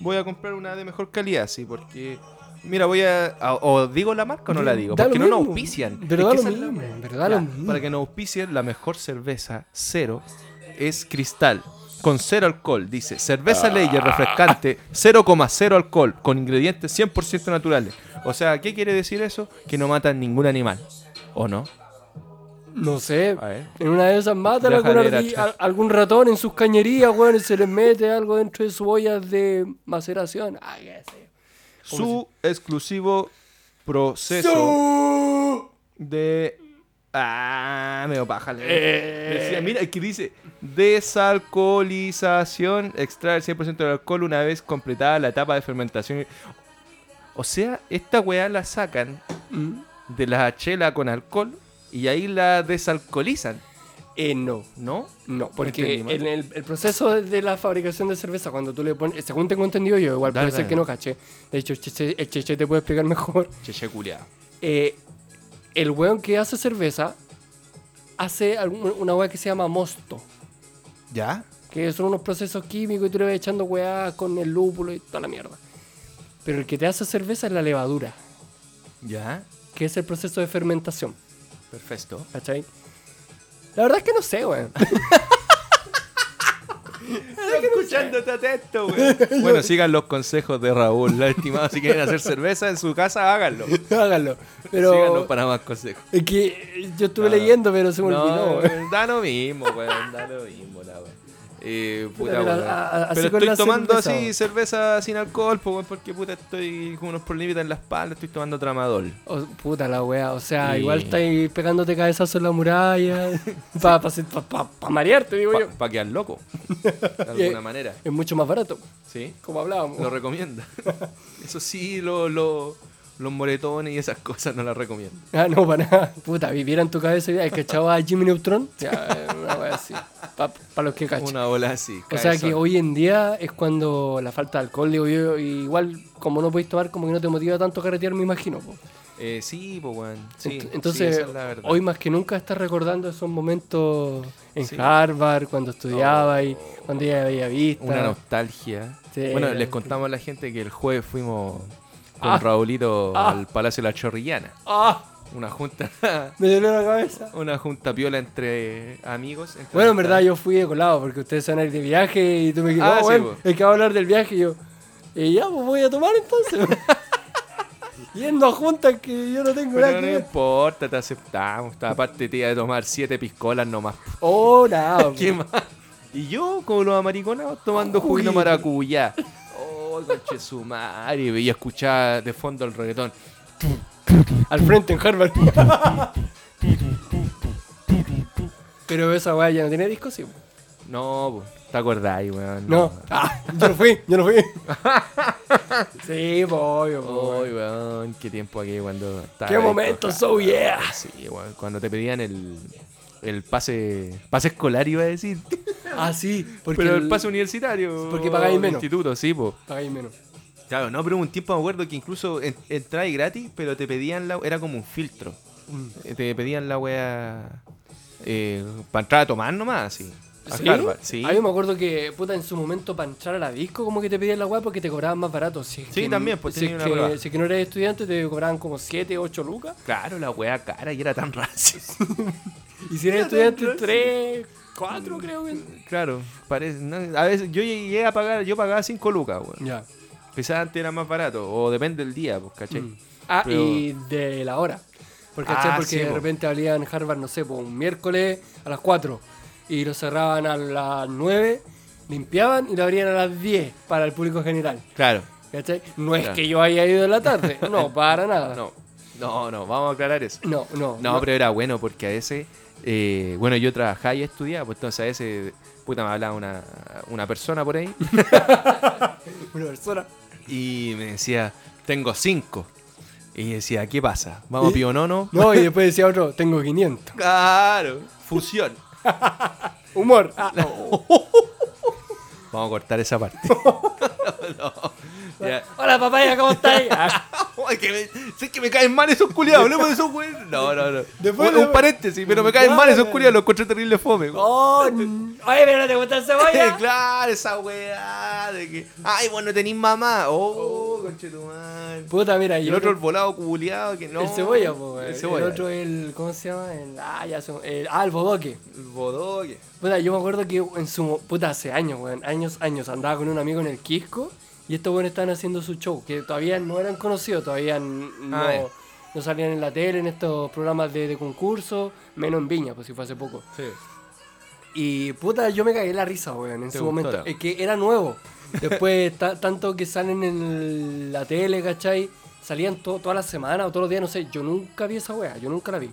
Voy a comprar una de mejor calidad, sí, porque. Mira, voy a. a- ¿O digo la marca o no
Da-
la digo?
da lo
Porque no nos
mismo.
auspician.
Pero da
que
lo
esa es la
mismo,
wea.
pero da lo
Ya,
mismo.
Para que nos auspicien, la mejor cerveza cero es cristal. Con cero alcohol, dice.
Ah.
Cerveza Leyer refrescante, 0,0 alcohol, con ingredientes 100% naturales. O sea, ¿qué quiere decir eso? Que no matan ningún animal. ¿O no?
No sé.
A ver.
En una de esas matan
Deja
algún,
de ir
ardi-
atrás.
a- algún ratón en sus cañerías, weón, y se les mete algo dentro de sus ollas de maceración. Ay, qué sé.
Su exclusivo proceso.
Su-
de. Ah, medio paja. le- Decía, mira, aquí dice: desalcoholización, extraer 100% del alcohol una vez completada la etapa de fermentación. O sea, esta weá la sacan
Mm.
de la chela con alcohol y ahí la desalcoholizan,
Eh, no.
¿no?
No, porque
entendí mal.
en el, el proceso de la fabricación de cerveza, cuando tú le pones, según tengo entendido yo, igual
Dale,
puede ser
dale.
que no caché. De hecho, el Cheche, el Cheche te puede explicar *laughs* mejor.
Cheche culiao.
Eh, el weón que hace cerveza hace algún- una weá que se llama mosto,
¿Ya?
que son unos procesos químicos y tú le vas echando weá con el lúpulo y toda la mierda. Pero el que te hace cerveza es la levadura,
¿Ya?
que es el proceso de fermentación,
Perfecto.
¿cachai? La verdad es que no sé, weón. *laughs*
Escuchándote atento, güey. Bueno, sigan los consejos de Raúl, la estimada. Si quieren hacer cerveza en su casa, háganlo.
Háganlo.
Síganlo
Pero
para más consejos.
es que eh, yo estuve
Ah.
leyendo, pero se me olvidó,
No,
weón.
da lo mismo, weón. Da lo mismo, la weón. Eh, puta,
Pero,
weón.
a- a- así
Pero
con la
estoy tomando
cerveza,
así
weón.
cerveza sin alcohol, po, weón, porque puta estoy con unos problemitas en la espalda, estoy tomando tramadol.
O- puta la wea, o sea,
Sí.
igual estáis pegándote cabezazos en la muralla. Para pa, pa, pa- pa marearte, digo yo.
Para quedar loco. De
*laughs*
alguna
Eh.
manera.
Es mucho más barato,
¿Sí?
como hablábamos.
Lo recomienda. Eso sí, lo- lo- los moretones y esas cosas no las recomiendo.
*laughs* Ah, no, para nada. Puta, vivieran tu cabeza y que echaba a Jimmy
*laughs*
Neutron. Ya, eh, una wea así. Para los que cachan.
Una ola así.
O sea
cae
que
sola.
hoy en día es cuando la falta de alcohol, digo yo, y igual como no podéis tomar, como que no te motiva tanto a carretear, me imagino. po.
Eh, sí, po, weón. Sí,
Ent-
sí,
Entonces,
esa es la verdad.
hoy más que nunca estás recordando esos momentos en
Sí. Oh.
Harvard, cuando estudiaba y cuando ya había visto.
Una nostalgia.
Sí.
Bueno, les contamos a la gente que el jueves fuimos con
Ah.
Raulito
Ah.
al Palacio de la Chorrillana.
¡Ah!
Una junta, *laughs*
Me dolió la cabeza.
una junta piola entre amigos. entre
Bueno, en
amistades.
verdad yo fui de colado porque ustedes van a ir de viaje y tú me dijiste,
Ah,
"Oh,
sí,
bueno,
po.
el que va a hablar del viaje y yo, eh, ya, pues voy a tomar entonces. *laughs* Yendo a juntas que yo no tengo
Pero
nada
no
que
nos
ver.
importa, te aceptamos. Aparte te iba a tomar siete
*laughs*
piscolas nomás.
Oh, nada.
¿Qué más? Y yo, como los amariconados, tomando
Uy.
juguito maracuyá. Oh, coche su madre. Y escuchaba de fondo el reggaetón.
po. Al frente en Harvard. Pero esa weá ya no tiene disco, sí. po.
No, po, ¿te acordáis, weón?
No. Ah, yo no fui, yo no
*laughs*
fui. sí, pues, voy, voy.
Ay, weón, qué tiempo aquí cuando estaba Ah,
Qué
ahí
momento,
con-
so yeah.
Sí, weón, cuando te pedían el, el pase pase escolar, iba a decir.
Ah, sí, porque,
Pero el pase universitario.
porque pagáis
el
menos.
Instituto, sí, po.
pagáis menos.
Claro, no, pero hubo un tiempo me acuerdo que incluso en- entraba y gratis, pero te pedían la. Era como un filtro.
Mm.
Eh, Te pedían la wea. eh, para entrar a tomar nomás, así. A
¿Sí?
Harvard, sí.
A mí me acuerdo que, puta, en su momento para entrar a la disco como que te pedían la weá porque te cobraban más barato. Si es
Sí,
que-
también, pues,
si es,
tenía una prueba.
que, si es que no eres estudiante te cobraban como 7, 8 lucas.
Claro, la wea cara y era tan *laughs* racista.
Y si eres estudiante 3, 4 creo que...
claro, parece. no, a veces yo llegué a pagar, yo pagaba 5 lucas, weón.
Ya.
Quizás antes era más barato, o depende del día, pues, ¿cachai?
Mm. Ah,
Pero-
y de la hora. Porque,
Ah,
¿cachai? porque
sí,
de
po.
repente abrían Harvard, no sé, po, un miércoles a las 4 y lo cerraban a las 9, limpiaban y lo abrían a las 10 para el público general.
Claro.
¿Cachai? No es
Claro.
que yo haya ido en la
*laughs*
tarde, no, para nada.
No, no, no, vamos a aclarar eso.
No, no.
No, pero era bueno porque a veces, eh, bueno, yo trabajaba y estudiaba, pues entonces a veces, puta, me hablaba una, una persona por ahí
Una persona.
y me decía, tengo cinco. Y decía, ¿qué pasa? ¿Vamos
¿Y?
pionono?
No, y después decía otro, tengo 500.
Claro, fusión.
Humor.
Vamos a cortar esa parte. *laughs* no, ya.
Hola papaya, ¿cómo estáis? *laughs* Ah,
Ay, Oh, que me, sé que me caen mal esos culiados, hablemos de esos güeyes. No, no, no.
Después
un, un
le-
paréntesis, pero me caen mal esos culiados, los encontré terrible fome. Eh,
oh, n- oye, pero no te gusta el cebolla.
claro, esa weá de que. Ay, vos no tenés mamá. Oh, conchetumal.
*laughs* Puta, mira,
Y
yo
el otro el volado cubuleado que no.
el cebolla, po,
El
el,
cebolla.
el otro el, ¿cómo se llama? El, ah, ya se- el, ah, el bodoque.
El bodoque.
Puta, yo me acuerdo que en su, puta, hace años, weón, años, años, andaba con un amigo en el Quisco y estos weones estaban haciendo su show, que todavía no eran conocidos, todavía n- no,
Ah, ya.
no salían en la tele, en estos programas de, de concurso, menos en Viña, pues si fue hace poco.
Sí.
Y puta, yo me cagué la risa, weón, en
¿Te
su
gustó
momento.
la-
Es que era nuevo. Después, *laughs* ta- tanto que salen en la tele, ¿cachai? Salían to- todas las semanas o todos los días, no sé. Yo nunca vi esa wea, yo nunca la vi.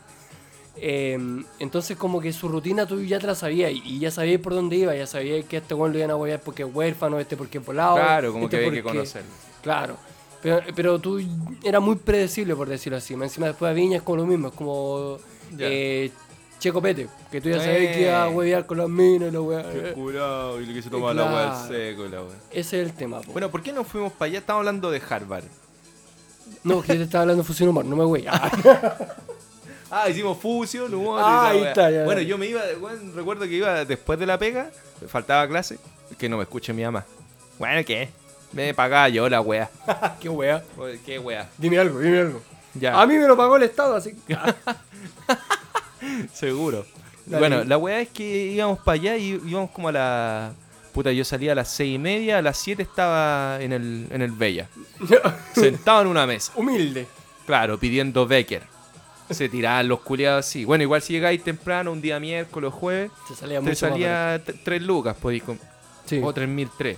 Eh, entonces, como que su rutina tú ya te la sabías y, y ya sabías por dónde iba, ya sabías que a este weón lo iban a huevear porque es huérfano, este porque es volado.
Claro, como
este
que hay que
porque-
conocerlo.
Claro. Pero, pero tú era muy predecible, por decirlo así. Más Encima después de Viña es como lo mismo, es como
Ya.
eh, Checo Pete, que tú ya sabías que iba a
Eh.
huevear con los minos y los
El
weas.
curado y lo que se
toma
toma
la
la
weá
agua
del
del seco la weá.
Ese es el tema, po.
Eh, Bueno, ¿por qué no fuimos para allá? Estamos hablando de Harvard.
No, que yo te estaba hablando de fusión humor, no me
*laughs*
güey.
Ah, hicimos fusión, humor. y
Ah,
la
ahí
weá.
está, ya,
Bueno,
ya.
yo me iba, weón, recuerdo que iba después de la pega, faltaba clase, que no me escuche mi mamá. Bueno, ¿qué? Me pagaba yo la weá.
qué wea.
Oye, ¿Qué weá?
Dime algo, dime algo.
Ya.
A mí me lo pagó el Estado, así que.
*laughs* Seguro.
Dale.
Bueno, la weá es que íbamos para allá y íbamos como a la. Puta, yo salía a las seis y media, a las 7 estaba en el, en
*laughs*
el Bella. Sentado en una mesa.
Humilde.
Claro, pidiendo Becker. Se tiraban los culiados así. Bueno, igual si llegáis temprano, un día miércoles, jueves,
Se salía mucho
te
más
salía t- tres lucas, podéis com-
barato. Sí.
o 3003.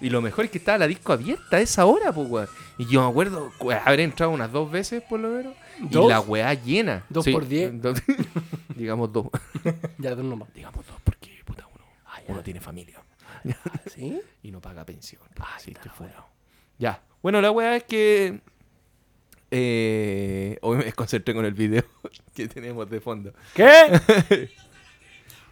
Y lo mejor es que estaba la disco abierta a esa hora, pues, weón. Y yo me acuerdo, weón, habré entrado unas dos veces, por lo menos.
¿Dos?
Y la weá llena.
¿Dos por diez?
*laughs* dos- digamos dos. Ah,
Ya, tú nomás.
*laughs* Digamos dos, porque, puta, uno, uno tiene familia.
¿Sí?
y no paga pensión. Así que fuera. Ya. Bueno, la weá es que. eh, hoy me desconcentré con el video *laughs* que tenemos de fondo.
¿Qué?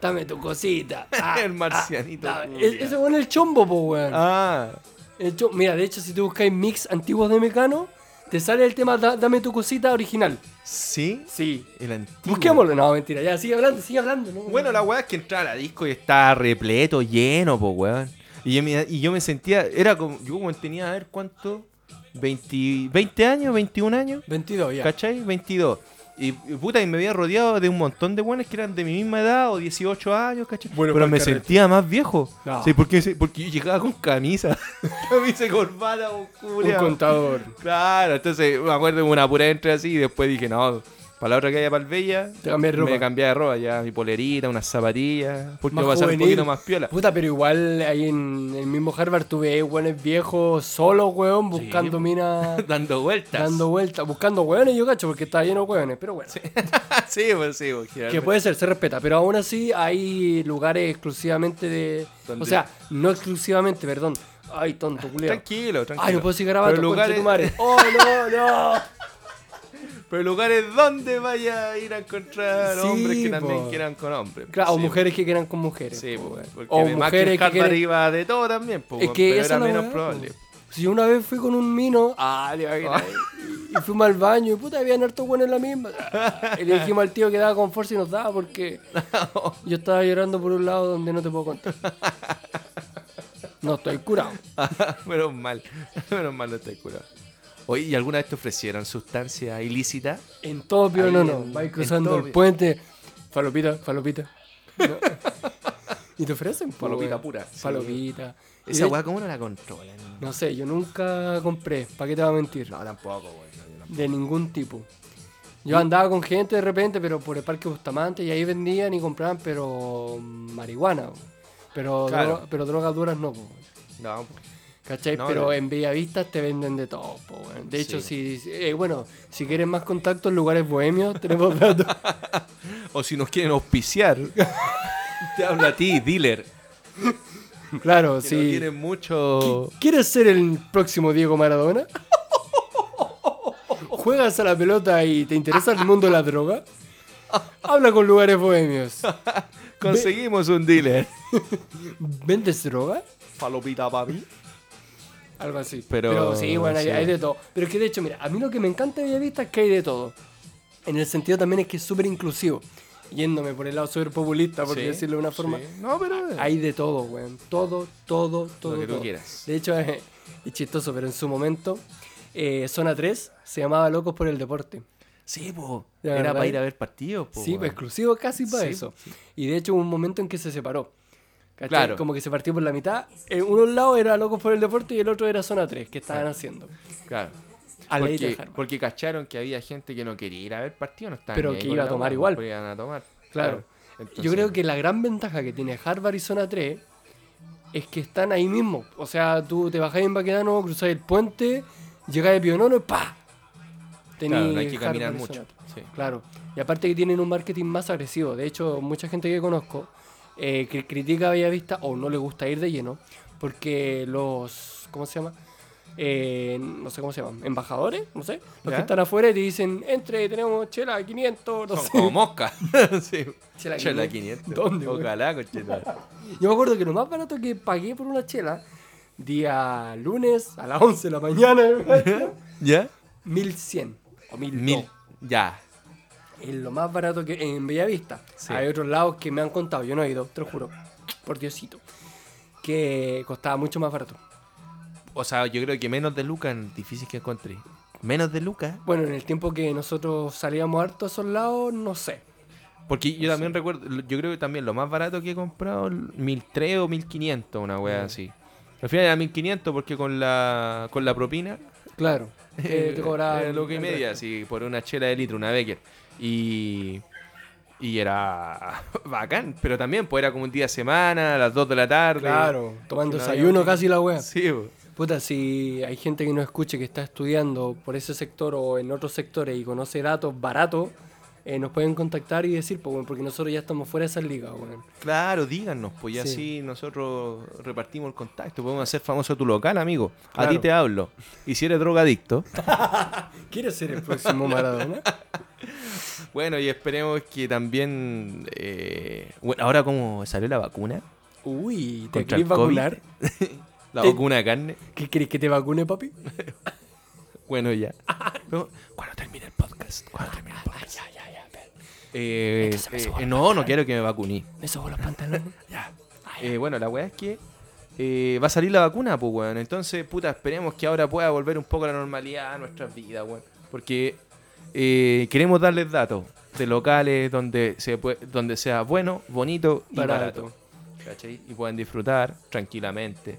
Dame tu cosita. Ah,
*laughs* El marcianito
ah, dame.
culiao.
E- Ese weón es el chombo, po, weón.
Ah,
El cho- Mira, de hecho, si tú buscáis mix antiguos de Mecano, te sale el tema da- Dame tu cosita original.
sí.
Sí.
El antiguo.
Busquémoslo. No, mentira. Ya, sigue hablando, sigue hablando. ¿no?
Bueno, la weá es que entraba la disco y estaba repleto, lleno, po, weón. Y yo me, y yo me sentía. Era como. Yo como tenía, a ver cuánto. 20, 20 años, 21 años.
22, ya.
¿Cachai? 22. Y, y puta, y me había rodeado de un montón de buenas que eran de mi misma edad o 18 años, ¿cachai?
Bueno,
Pero
pa'l
me
carrete.
sentía más viejo.
No.
Sí, porque, porque yo llegaba con camisa. *laughs* camisa y corbata,
Un
oscura.
contador.
Claro, entonces me acuerdo de una pura entrada así y después dije, no, para la otra que haya para el Bella,
Te cambié de ropa.
me cambié de ropa, ya mi polerita, unas zapatillas, porque
Más
me pasaba un
juvenil.
poquito más piola.
Puta, pero igual ahí en el mismo Harvard tuve weones viejos, solo weón, buscando
*laughs*
minas,
Dando
*laughs*
vueltas.
dando vueltas, buscando weones, yo cacho, porque estaba lleno de weones, pero bueno.
*laughs* sí, pues sí, pues,
Que
generalmente.
puede ser, se respeta, pero aún así hay lugares exclusivamente de. O
Donde-
sea, no exclusivamente, perdón. Ay, tonto, culiao.
Tranquilo, tranquilo.
Ay, Oh, no puedo seguir
Pero
grabando,
lugares-
conchetumare. ¡Oh, no, no!
*laughs* Pero lugares donde vaya a ir a encontrar
Sí,
hombres que también
po.
quieran con hombres.
Claro, o
Sí,
mujeres que quieran con mujeres.
Sí,
po,
po,
weón.
porque
o
de Macken
mujeres que
Harper
quieran...
iba de todo también, po,
Es que
pero
esa
era
es la
menos
weá,
probable.
po. Si yo una vez fui con un mino, ah, le iba a ir
*laughs*
ahí, y fuimos al baño, y puta, habían harto bueno en la misma. ah, Y le dijimos al tío que daba con fuerza y nos daba
*laughs*
porque yo estaba llorando por un lado donde no te puedo contar. No estoy curado.
*laughs* menos mal, menos mal no estoy curado. Oye, ¿y alguna vez te ofrecieron sustancia ilícita?
En todo pío, no,
Ahí
no.
en-
Vais
en
cruzando
todo
el
pío.
puente. Falopita, falopita.
*laughs*
No. Y te ofrecen po,
Falopita
weón.
pura, sí.
Falopita. Y
Esa
de-
weá, ¿cómo no la controlan?
No sé, yo nunca compré. ¿Para qué te va a mentir?
No, tampoco, weón. no, yo no.
De ningún tipo. Yo andaba con gente de repente, pero por el Parque Bustamante, y ahí vendían y compraban, pero mm, marihuana. po. Pero,
Claro.
droga- pero drogas duras no, po.
No, pues. po.
¿Cachai?
No,
pero
no.
en Bellavista te venden de todo, po, weón. De hecho,
Sí.
si, eh, bueno, si quieren más contactos en lugares bohemios, tenemos *laughs* datos.
O si nos quieren
*laughs*
auspiciar, te hablo a ti, dealer.
claro,
Que
si...
no tienen mucho.
¿Quieres ser el próximo Diego Maradona? ¿Juegas a la pelota y te interesa el mundo de la droga? Habla con lugares bohemios.
Conseguimos un dealer.
¿Vendes droga?
Falopita papi.
Algo así. Pero,
Pero-
sí, bueno, hay,
sí.
hay de todo. Pero es que de hecho, mira, a mí lo que me encanta de Bellavista es que hay de todo. En el sentido también es que es súper inclusivo. Yéndome por el lado súper populista, Ah, por
Sí,
decirlo de una forma.
sí. No, pero. eh,
Hay de todo, weón. Todo, todo, todo.
que tú
todo.
quieras.
De hecho, *laughs* es, es chistoso, pero en su momento, eh, Zona 3 se llamaba Locos por el Deporte.
Sí, po.
La
Era
verdad
para
es-
ir a ver partidos, po.
sí,
weón.
pues, exclusivo casi para
Sí,
eso. Y de hecho, hubo un momento en que se separó. ¿Cachai?
Claro.
Como que se partió por la mitad. En uno lado era Locos por el Deporte y el otro era Zona 3, que estaban haciendo.
Claro.
A la
Porque,
Lady Harper.
porque cacharon que había gente que no quería ir a ver partidos, no estaban
Pero
ni ahí
que
con
iba a
la
tomar
weá,
igual.
pero iban a tomar.
Claro.
Entonces,
Yo creo que la gran ventaja que tiene Harvard y Zona 3 es que están ahí mismo. O sea, tú te bajáis en Baquedano, cruzáis el puente, llegáis a Pionono y ¡pa! Tenís
Claro, no hay que caminar
Harvard y
mucho.
Zona 3.
Sí.
Claro. Y aparte que tienen un marketing más agresivo. De hecho, mucha gente que conozco eh, que critica a Bellavista o no le gusta ir de lleno porque los... ¿Cómo se llama? Eh, no sé cómo se llaman, embajadores, no sé, los
¿Ya?
que están afuera y te dicen, entre, tenemos chela, 500, no
Son
sé.
como moscas. *laughs* sí.
Chela
Chela
500.
500.
¿Dónde, weón?
Ojalá, concheta.
Yo me acuerdo que lo más barato que pagué por una chela, día lunes a las 11 de la mañana, *laughs* hermano,
¿Ya?
1100 o 1000.
Mil. Ya.
Es lo más barato que en Bellavista.
Sí.
Hay otros lados que me han contado, yo no he ido, te lo juro, por Diosito, que costaba mucho más barato.
O sea, yo creo que menos de Lucas difícil que encontré. Menos de Lucas.
Bueno, en el tiempo que nosotros salíamos harto a esos lados, no sé.
Porque yo también recuerdo, lo- yo creo que también lo más barato que he comprado, 1300 o 1500, una wea así. Al final era 1500 porque con la, con la propina,
Claro, *laughs* que Eh, te cobraban.
lo que Eh, y
el
media,
resto.
así, por una chela de litro, una Becker. Y, y era *laughs* bacán, pero también, pues era como un día de semana, a las 2 de la tarde.
Claro, tomando
Que no había
desayuno
mucho.
casi la wea.
Sí, po.
Puta, si hay gente que no escuche que está estudiando por ese sector o en otros sectores y conoce datos baratos, eh, nos pueden contactar y decir, pues, bueno, porque nosotros ya estamos fuera de esas ligas, weón.
claro, díganos, pues y
Sí.
así nosotros repartimos el contacto. Podemos hacer famoso tu local, amigo. A ti
Claro.
te hablo. Y si eres drogadicto. *laughs*
¿Quieres ser el próximo Maradona?
Bueno, y esperemos que también. eh, bueno, ahora como salió la vacuna.
Uy, ¿te
Contra
querés
el COVID.
vacunar?
La
Te-
vacuna de carne.
¿Qué querés que te vacune, papi?
Bueno,
*laughs*
ya. Pero, cuando termine el podcast. Cuando termine el podcast. Eh,
Entonces me
eh,
subo al
no, no quiero que me vacuní.
Me subo los pantalones.
Eh, bueno, la weá es que eh, va a salir la vacuna, pues, weón. Entonces, puta, esperemos que ahora pueda volver un poco la normalidad a nuestras vidas, weón. Porque eh, queremos darles datos de locales donde, se pue- donde sea bueno, bonito y
Barato.
barato. ¿Cachai? Y pueden disfrutar tranquilamente.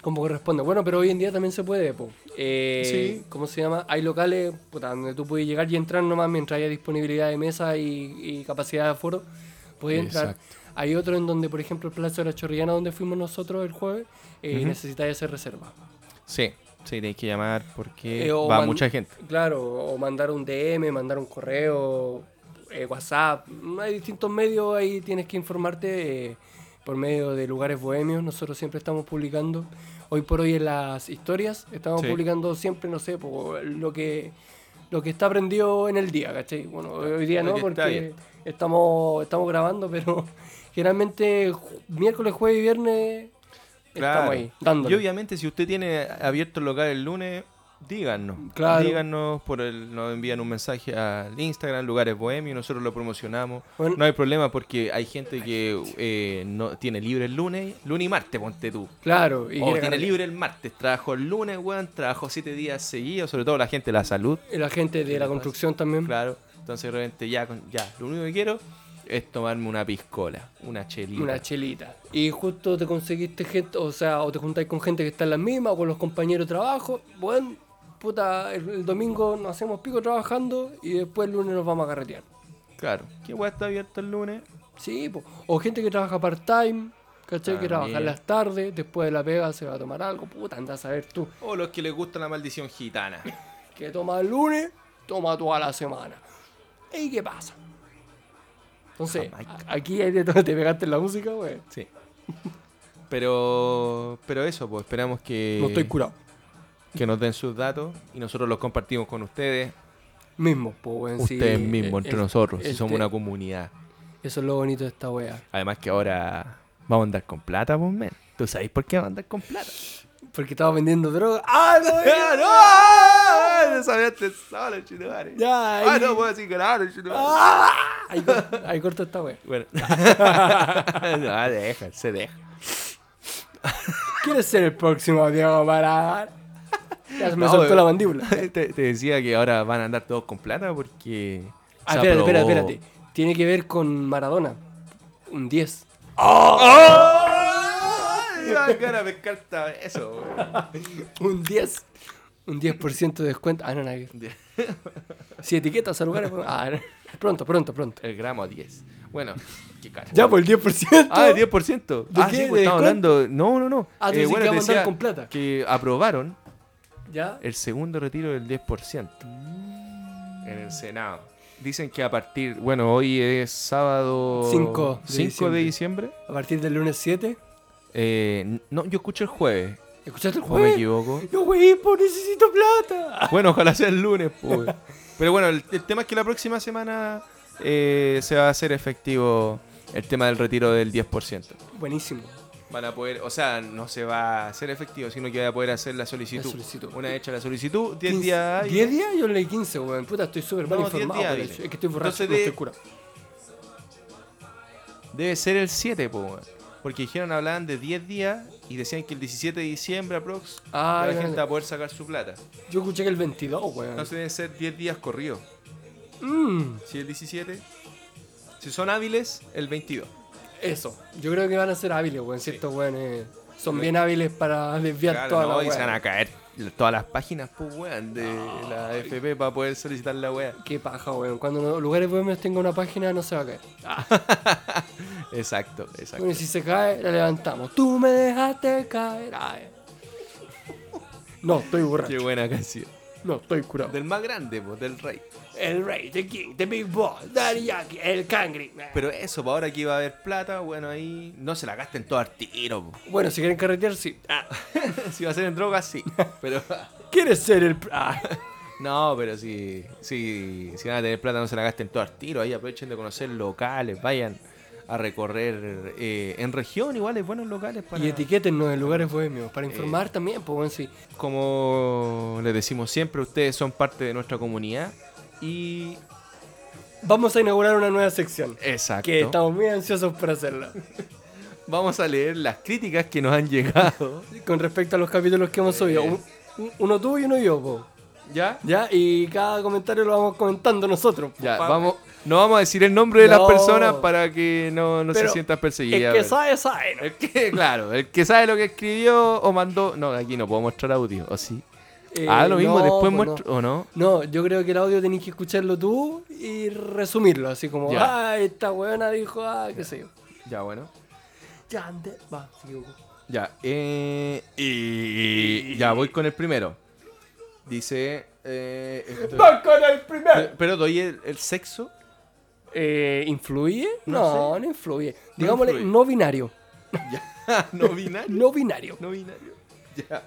Como corresponde. Bueno, pero hoy en día también se puede, po. Eh,
Sí.
¿Cómo se llama? Hay locales puta, donde tú puedes llegar y entrar nomás mientras haya disponibilidad de mesa y, y capacidad de aforo. Puedes entrar.
Exacto.
Hay otro en donde, por ejemplo, el Plaza de la Chorrillana, donde fuimos nosotros el jueves, eh, necesitáis hacer reserva.
Sí, sí, tenéis que llamar porque
Eh, o
va
man-
mucha gente.
Claro, o mandar un DM, mandar un correo, eh, WhatsApp. Hay distintos medios, ahí tienes que informarte eh, por medio de lugares bohemios. Nosotros siempre estamos publicando, hoy por hoy en las historias, estamos
Sí.
publicando siempre, no sé, po, lo que lo que está prendido en el día, ¿cachai? Bueno, hoy día
Lo
no,
que está
porque
abierto.
estamos, estamos grabando, pero *laughs* generalmente ju- miércoles, jueves y viernes estamos ahí, dándole.
Y obviamente, si usted tiene abierto el local el lunes, díganos.
Claro.
Díganos, por el, nos envían un mensaje al Instagram, Lugares Bohemios, nosotros lo promocionamos.
Bueno.
no hay problema porque hay gente que eh, no tiene libre el lunes, lunes y martes, ponte tú.
Claro, y
O
quiere
Oh, tiene
carretear.
libre el martes, trabajó el lunes, weón, trabajó siete días seguidos, sobre todo la gente de la salud.
Y la gente de la construcción también.
Claro, entonces realmente ya, con- ya, lo único que quiero es tomarme una piscola, una chelita.
Una chelita. Y justo te conseguiste gente, o sea, o te juntáis con gente que está en las mismas, o con los compañeros de trabajo. Bueno, puta, el, el domingo nos hacemos pico trabajando y después el lunes nos vamos a carretear.
claro. ¿Qué weón está abierto el lunes?
Sí, po. o gente que trabaja part-time, ¿cachai? que
También.
trabaja en las tardes, después de la pega se va a tomar algo. Puta, anda a saber tú.
O los que les gusta la
*laughs*
maldición gitana.
Que toma el lunes, toma toda la semana. ¿Y qué pasa? Entonces,
Jamaica.
a- aquí es de donde te pegaste en la música, güey.
Sí. Pero, pero eso, pues esperamos que,
No estoy curado.
que nos den sus datos y nosotros los compartimos con ustedes,
Mismo, pues, weón. sí,
ustedes
eh,
mismos, entre
eh,
nosotros, si
este-
somos una comunidad.
Eso es lo bonito de esta wea.
Además que ahora vamos a andar con plata, pues, men. ¿Tú sabéis por qué vamos a andar con plata?
Porque estaba vendiendo droga. ¡Ah, no!
*laughs* ¡Ah, no! ¡Ah, no sabías solo, chino, vale.
Ya, ahí.
¡Ah, no puedo decir que no, chino, vale.
¡Ah! Ahí, cor- ahí corto esta wea. *laughs*
Bueno. *laughs* no, deja, se deja.
¿Quieres ser el próximo Diego
*laughs*
Maradona? Ya se me
No,
soltó
weón.
la mandíbula.
te, *laughs* te decía que ahora van a andar todos con plata porque...
Ah,
se
espérate,
aprobó.
espérate, espérate. Tiene que ver con Maradona. Un 10.
Iba a quedar a pescar esta- eso.
Un 10. Un 10% de descuento. Ah, no, nada. que-
güey.
Si etiquetas a lugares. pues, Ah,
*laughs*
no. Pronto, pronto, pronto.
El gramo a 10. Bueno, qué caro.
Ya, pues el 10%.
Ah, el 10%.
¿De
ah,
qué?
sí,
¿De
pues estamos
descuento?
hablando. No, no, no.
Ah, tú dices que
te
vamos a andar
decía
con plata.
Que aprobaron
¿Ya?
el segundo retiro del 10%
Mm.
en el Senado. Dicen que a partir. Bueno, hoy es sábado.
Cinco de
5 de diciembre.
A partir del lunes 7.
Eh, no, yo escuché el jueves.
¿Escuchaste el
¿O Oh, me
jueves?
equivoco?
Yo, güey, po, necesito plata.
Bueno, ojalá sea el lunes, pues. Pero bueno, el, el tema es que la próxima semana eh, se va a hacer efectivo el tema del retiro del 10%.
Buenísimo.
Van a poder, o sea, no se va a hacer efectivo, sino que va a poder hacer la solicitud.
La solicitud.
Una hecha la solicitud, 10
15.
días. hábiles.
10 días yo leí 15, weón. Puta, estoy súper mal
No, 10
informado.
días
por
hábiles.
eso. Es que estoy borracho,
Entonces
no
de-
estoy curado.
Debe ser el 7, po, weón. Porque dijeron, hablaban de 10 días y decían que el 17 de diciembre aprox
Ah,
la
ya,
gente
ya.
va a poder sacar su plata.
Yo escuché que el 22, weón.
Entonces deben ser 10 días corridos.
Mm,
Si el 17, si son hábiles, el 22.
eso. Yo creo que van a ser hábiles, weón. Si estos weones eh, son bien hábiles para desviar
Claro,
toda
no,
la
y
weá.
se van a caer todas las páginas, pues, weón, de la FP para poder solicitar la wea.
Qué paja, weón. Cuando los lugares bohemios tenga una página no se va a caer.
Exacto, exacto.
Bueno, y si se cae, la levantamos. Tú me dejaste caer. Ay. No, estoy
Qué
borracho.
buena canción.
No, estoy curado.
Del más grande, pues, del rey.
El rey, The King, The Big Boss, Daddy Yankee, el Cangri.
Pero eso, para ahora que iba a haber plata, bueno, ahí no se la gasten todo al tiro,
Bueno, si quieren carretear, sí. Ah,
po. *laughs* Si va a ser en droga, sí. Pero, *laughs*
¿Quieres ser el.? pr- Ah.
no, pero si, si, si van a tener plata, no se la gasten todo al tiro. Ahí aprovechen de conocer locales, vayan a recorrer eh, en región, igual es buenos locales para.
Y etiquétennos en lugares bohemios para informar también, pues, bueno, sí.
Como les decimos siempre, ustedes son parte de nuestra comunidad. Y.
Vamos a inaugurar una nueva sección.
Exacto.
Que estamos muy ansiosos por hacerla.
Vamos a leer las críticas que nos
*laughs*
han llegado.
Con respecto a los capítulos que hemos subido. un- un- uno tú y uno yo, po.
¿Ya?
¿Ya? Y cada comentario lo vamos comentando nosotros. po,
Ya,
pa-
vamos. No vamos a decir el nombre de
No.
las personas para que no, no se
Pero
sientan
El
perseguidas.
que sabe, sabe. ¿no?
El que- claro, el que sabe lo que escribió o mandó. No, aquí no puedo mostrar audio, ¿o sí?
Eh,
ah, lo mismo,
no,
después
po,
muestro. ¿O no?
No, yo creo que el audio tenés que escucharlo tú y resumirlo, así como,
Ya.
ah, esta weona dijo, ah, qué sé yo.
Ya, bueno.
Ya, ande- va, se equivocó.
Ya, eh, y. Ya, voy con el primero. Dice. eh, esto-
¡Van con el primero!
Pe- Pero doy el, el sexo. *laughs*
Eh, ¿Influye?
No
No, no, influye. Digámosle,
influye.
no binario.
Ya, no binario.
No binario.
No binario. Ya.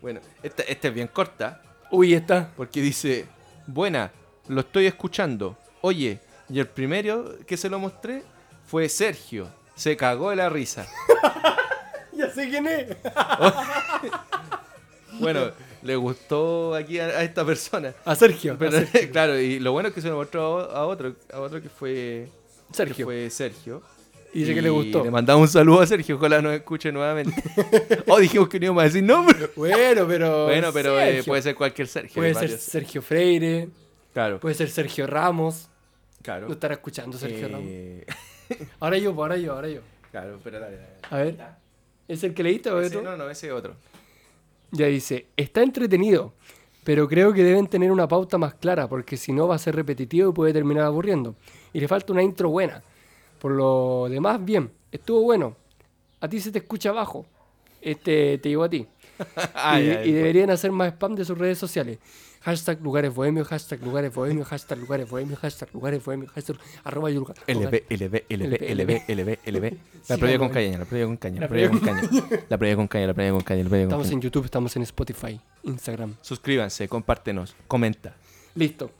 Bueno, esta, esta es bien corta
Uy, está.
porque dice: buena, lo estoy escuchando. Oye, y el primero que se lo mostré fue Sergio. Se cagó de la risa.
Ya sé quién es. *laughs*
Bueno, le gustó aquí a, a esta persona.
A Sergio. a
Pero,
*laughs* Sergio.
*laughs* claro, y lo bueno es que se lo mostró a, a otro, a otro que fue que
Sergio.
fue Sergio.
Y dice que le gustó.
Le mandamos un saludo a Sergio, ojalá nos escuche nuevamente.
*laughs*
oh, dijimos que no íbamos a decir nombre.
Bueno, pero.
Bueno, pero eh,
Sergio.
puede ser cualquier Sergio.
Puede
hay
ser
varios.
Sergio Freire,
Claro.
puede ser Sergio Ramos.
claro.
No estará escuchando Sergio Ramos.
Eh,
Ahora yo, ahora yo, ahora yo.
*laughs* Claro, pero dale, dale.
A ver. ¿Es el que leíste o es
Ese,
otro?
no, no, ese es otro. *laughs*
Ya dice, está entretenido, pero creo que deben tener una pauta más clara, porque si no va a ser repetitivo y puede terminar aburriendo. Y le falta una intro buena. Por lo demás, bien, estuvo bueno. A ti se te escucha abajo. Este te llegó a ti.
Ah,
y,
ya,
y
el-
deberían hacer más spam de sus redes sociales. Hashtag lugares bohemios, hashtag lugares bohemios, hashtag lugares bohemios, hashtag lugares bohemios, hashtag arroba yurga.
LB, LB, LB, LB, LB, *laughs* LB. La
Sí,
previa
no,
con
no.
caña, la previa con caña,
La
la previa con caña. La previa con caña, la previa con caña, la previa con
Estamos
caña.
en YouTube, estamos en Spotify, Instagram.
Suscríbanse, compártenos, comenta. *laughs*
Listo.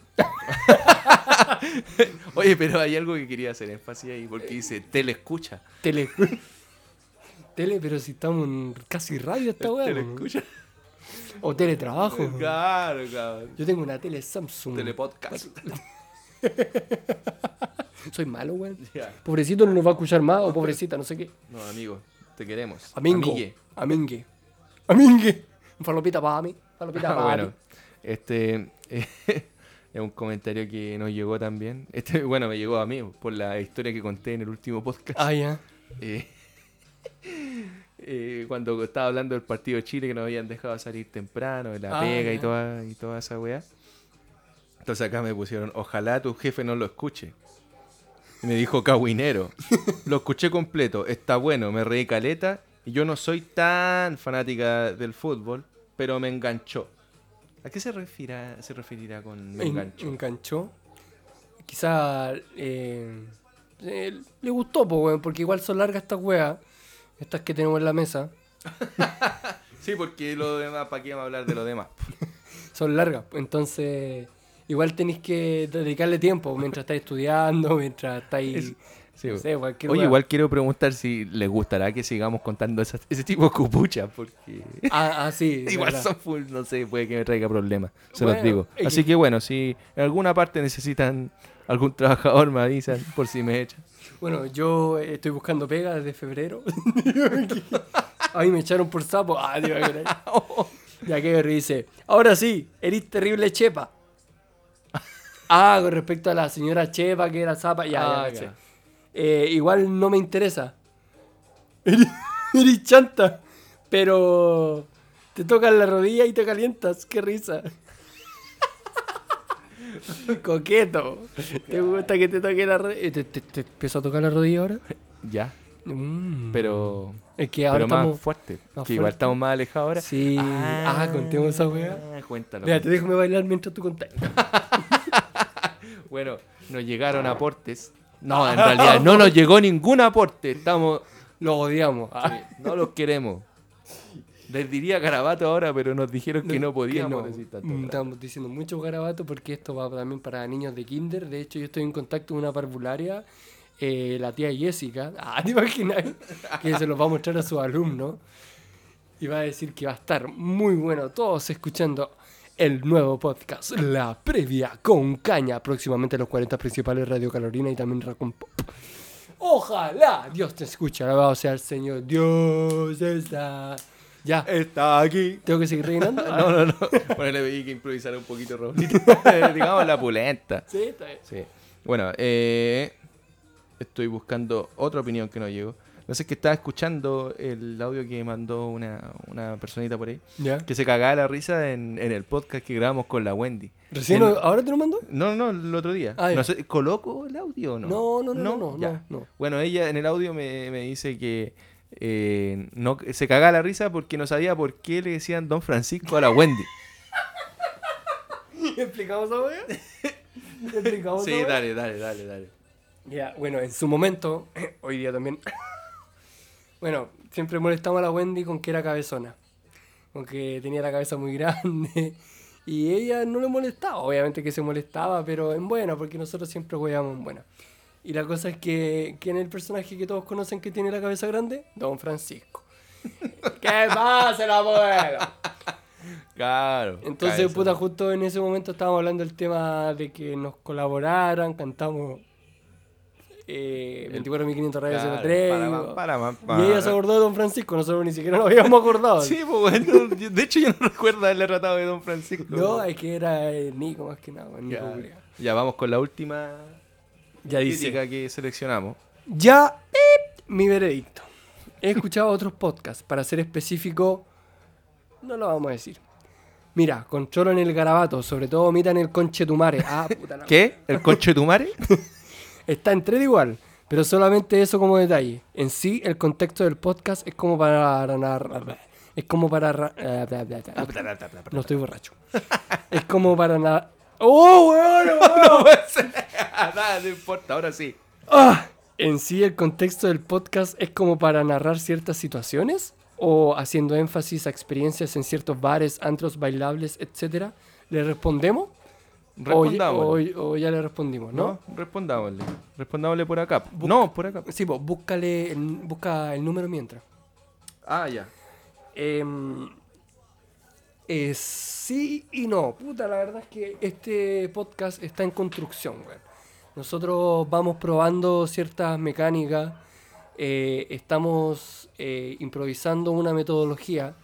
Oye, pero hay algo que quería hacer énfasis ahí, porque dice, telescucha.
Tele. *laughs* Tele, pero si estamos en casi radio esta weá. weón.
Telescucha.
O teletrabajo. weón.
Claro, cabrón.
Yo tengo una tele
Mm.
Samsung.
Telepodcast. *laughs*
Soy malo, weón.
Ya.
Pobrecito no nos va a escuchar más o pobrecita, no sé qué.
No, amigo, te queremos.
Amingo.
Amigue.
Amingue. Amingue. Falopita para mí.
*laughs*
Falopita para
Ah, bueno,
mí.
este *laughs* es un comentario que nos llegó también. Este, bueno, me llegó a mí por la historia que conté en el último podcast.
Ah, ya.
Eh, *laughs* eh, cuando estaba hablando del partido de Chile que nos habían dejado salir temprano, de la
Ah,
pega y
ya.
toda, y toda esa weá. Entonces acá me pusieron, ojalá tu jefe no lo escuche. Y me
*laughs*
dijo, cahuinero. lo escuché completo, está bueno, me reí caleta. Y yo no soy tan fanática del fútbol, pero me enganchó. ¿A qué se, refiera- se referirá con me
En-
enganchó?
enganchó. Quizá eh, eh, le gustó, po, weón, porque igual son largas estas weas. Estas que tenemos en la mesa.
Sí, porque lo demás, ¿para qué vamos a hablar de lo demás?
son largas. Entonces, igual tenéis que dedicarle tiempo mientras estáis estudiando, mientras estáis.
Sí,
no
bo.
sé, cualquier
Oye,
wea.
igual quiero preguntar si les gustará que sigamos contando esas- ese tipo de cupuchas, porque
Ah, ah,
*laughs*
sí. de
igual
verdad.
son full, no sé, puede que me traiga problemas, se
Bueno,
los digo.
es
Así que bueno, si en alguna parte necesitan algún trabajador, me avisan por si me echan.
Bueno, yo eh, estoy buscando pega desde febrero. *laughs* A mí me echaron por sapo. Ah, Dios, qué tal. *laughs* Y aquello dice: Ahora sí, eres terrible chepa. Ah, con respecto a la señora Chepa que era zapa, ya, ya,
Ah,
ya,
ya.
sé. Eh, igual no me interesa. *laughs* Eres, eres chanta, pero te tocan la rodilla y te calientas. Qué *laughs* risa. Coqueto. ¿Te gusta que te toque la rodilla? ¿Te, te, te empiezo a tocar la rodilla *laughs* ahora?
Ya,
Mm.
pero,
es que ahora
pero más
estamos...
fuerte, que
más
igual
fuerte.
estamos más alejados ahora.
Sí. Ah, contemos esa weá.
Ah, Cuéntalo.
Mira, te déjame bailar mientras tú contás.
Bueno, nos llegaron aportes. No, en realidad no nos llegó ningún aporte, estamos
Lo odiamos. Ah.
No los queremos. Les diría garabato ahora, pero
*laughs*
nos dijeron que no podíamos
no.
decir tanto.
Mm, Estamos diciendo mucho garabato porque esto va también para niños de kinder. De hecho, yo estoy en contacto con una parvularia, eh, la tía Jessica. *laughs* Ah, te imaginas que se los va a mostrar a sus alumnos. Y va a decir que va a estar muy bueno. Todos escuchando el nuevo podcast, La Previa con Caña. Próximamente los 40 principales Radio Calorina y también Raccoon Pop. Ojalá Dios te escuche. Alabado sea el Señor. Dios está. Ya.
Está aquí.
¿Tengo que seguir rellenando?
*laughs* Ah, No, no, no. Bueno, le pedí que improvisara un poquito, *laughs* Raulito. Digamos la pulenta.
Sí, está bien.
Sí. Bueno, eh, estoy buscando otra opinión que no llegó. No sé, es que estaba escuchando el audio que mandó una, una personita por ahí.
¿Ya?
Que se cagaba la risa en, en el podcast que grabamos con la Wendy.
¿Recién
En-
lo- ahora te lo *laughs* mando?
No, no, el otro día.
Ah, ya.
No sé, ¿Coloco el audio o no?
No, no, no, no, no,
ya.
no.
Bueno, ella en el audio me, me dice que eh, no, se cagaba la risa porque no sabía por qué le decían Don Francisco a
*laughs*
la Wendy.
¿Explicamos a ¿Explicamos
sí, dale, dale, dale, dale.
Ya, bueno, en su momento, *coughs* hoy día también. bueno, siempre molestamos a la Wendy con que era cabezona. Con que tenía la cabeza muy grande *laughs* Y ella no le molestaba, obviamente que se molestaba, pero en buena, porque nosotros siempre jugábamos en buena. Y la cosa es que, ¿quién es el personaje que todos conocen que tiene la cabeza grande? Don Francisco. *laughs* ¿Qué pasa, el abuelo?
Claro.
Entonces,
cabeza.
puta, justo en ese momento estábamos hablando del tema de que nos colaboraran, cantamos eh, 24.500 Radio
Claro,
03.
para,
digo.
para, para,
Y ella
para.
se acordó de Don Francisco, nosotros ni siquiera nos habíamos acordado.
*laughs* Sí, pues bueno, yo- de hecho yo no *laughs* recuerdo haberle tratado de Don Francisco.
No, es que era eh, Nico más que nada, Nico
ya,
culiao.
ya vamos con la última
Ya dice.
crítica que seleccionamos.
Ya pip, mi veredicto. He escuchado otros podcasts, para ser específico, no lo vamos a decir. Mira, controlo en el garabato, sobre todo mira en el conchetumare. Ah, puta la
*laughs* ¿Qué? ¿El concho de
*laughs*
tu madre?
Está en thread igual, pero solamente eso como detalle. En sí, el contexto del podcast es como para... narrar- Es como para... ra- eh, bla, bla, bla. No estoy borracho. Es como para... na- ¡Oh, weón!
*laughs* no puede ser. Pues, Nada, no importa, ahora sí.
Ah, En sí, el contexto del podcast es como para narrar ciertas situaciones o haciendo énfasis a experiencias en ciertos bares, antros, bailables, etcétera. ¿Le respondemos? O-
Respondámosle.
O, o ya le respondimos, ¿no?
¿No? Respondámosle. Respondámosle por acá. No, por acá.
Sí, pues búscale, el- busca el número mientras.
Ah, ya.
Em, eh, sí y no. Puta, la verdad es que este podcast está en construcción, weón. Nosotros vamos probando ciertas mecánicas, eh, estamos eh, improvisando una metodología.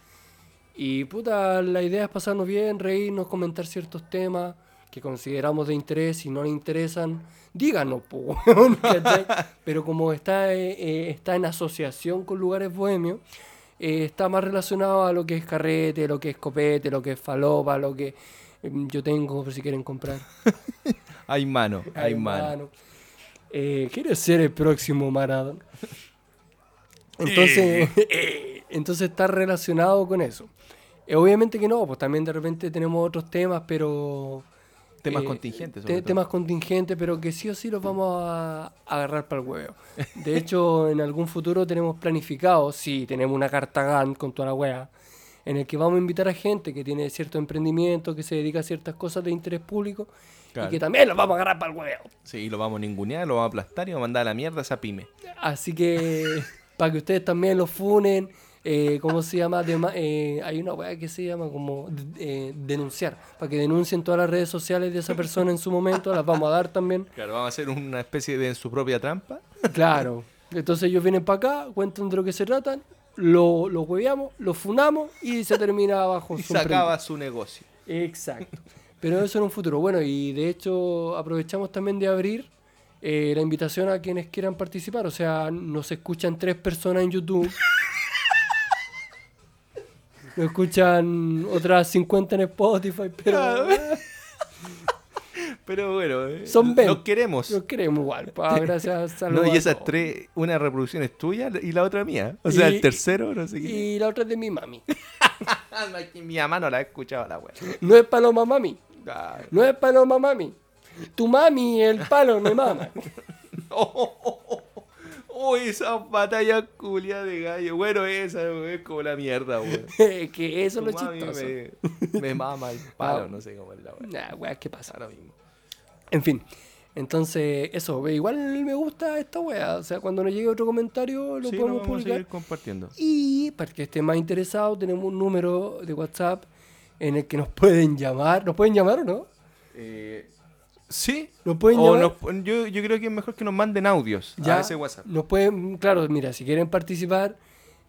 Y puta, la idea es pasarnos bien, reírnos, comentar ciertos temas que consideramos de interés, si no le interesan, díganos, po, *laughs* weón, ¿cachai? pero como está, eh, eh, está en asociación con lugares bohemios, eh, está más relacionado a lo que es carrete, lo que es copete, lo que es falopa, lo que eh, yo tengo por si quieren comprar.
Hay mano, hay mano.
Hermano. Eh, ¿Quieres ser el próximo Maradona? Entonces, *laughs* entonces está relacionado con eso. Eh, obviamente que no, pues también de repente tenemos otros temas, pero...
Temas
eh,
contingentes,
te-
sobre todo.
temas contingentes, pero que sí o sí los vamos a agarrar para el
*laughs*
huevo. De hecho, en algún futuro tenemos planificado, sí, tenemos una carta GAN con toda la hueá, en el que vamos a invitar a gente que tiene cierto emprendimiento, que se dedica a ciertas cosas de interés público,
Claro.
y que también los vamos a agarrar para el huevo.
Sí, lo vamos a ningunear, lo vamos a aplastar y vamos a mandar a la mierda a esa pyme.
Así
*laughs*
que para que ustedes también los funen, eh, ¿cómo se llama? Dema- eh, hay una weá que se llama como eh, denunciar, para que denuncien todas las redes sociales de esa persona en su momento, las vamos a dar también.
Claro, vamos a hacer una especie de en su propia trampa.
Claro. Entonces ellos vienen para acá, cuentan de lo que se tratan, lo, lo hueveamos, lo funamos y se termina abajo.
*laughs* Y sacaba su negocio.
Exacto. Pero eso en un futuro. Bueno, y de hecho aprovechamos también de abrir eh, la invitación a quienes quieran participar. O sea, nos escuchan tres personas en
*laughs*
YouTube. Nos escuchan otras 50 en Spotify, pero
*laughs* Pero bueno, eh,
Son
los
veinte.
queremos.
los queremos igual. pa, gracias a
No, y
a
esas
todos.
tres, una reproducción es tuya y la otra mía. O sea,
Y-
el tercero, no sé *laughs* qué.
Y la otra es de mi mami.
Ah, no, es que mi mamá no la ha escuchado la wea.
No es paloma mami.
Ah, *laughs*
No es paloma mami. Tu mami, *laughs* el palo,
*laughs*
me mama.
Oh, oh, oh, oh. Oh, esa batalla culia de gallo. Bueno, esa es como la mierda, weón.
que eso es lo
Tu mami
chistoso.
Me, me
*laughs*
mama el palo,
Ah.
no sé cómo es la weá.
Nah, weá, ¿qué pasa?
Ahora mismo.
En fin. Entonces, eso, ve, igual me gusta esta weá. O sea, cuando nos llegue otro comentario lo
Sí,
podemos
vamos a
publicar.
seguir compartiendo.
Y para que esté más interesado, tenemos un número de WhatsApp en el que nos pueden llamar. ¿Nos pueden llamar o no?
Eh, sí.
¿Lo pueden
O
llamar?
nos pon- yo, yo creo que es mejor que nos manden audios
Ya,
Pues, a ese WhatsApp.
Nos pueden, claro, mira, si quieren participar,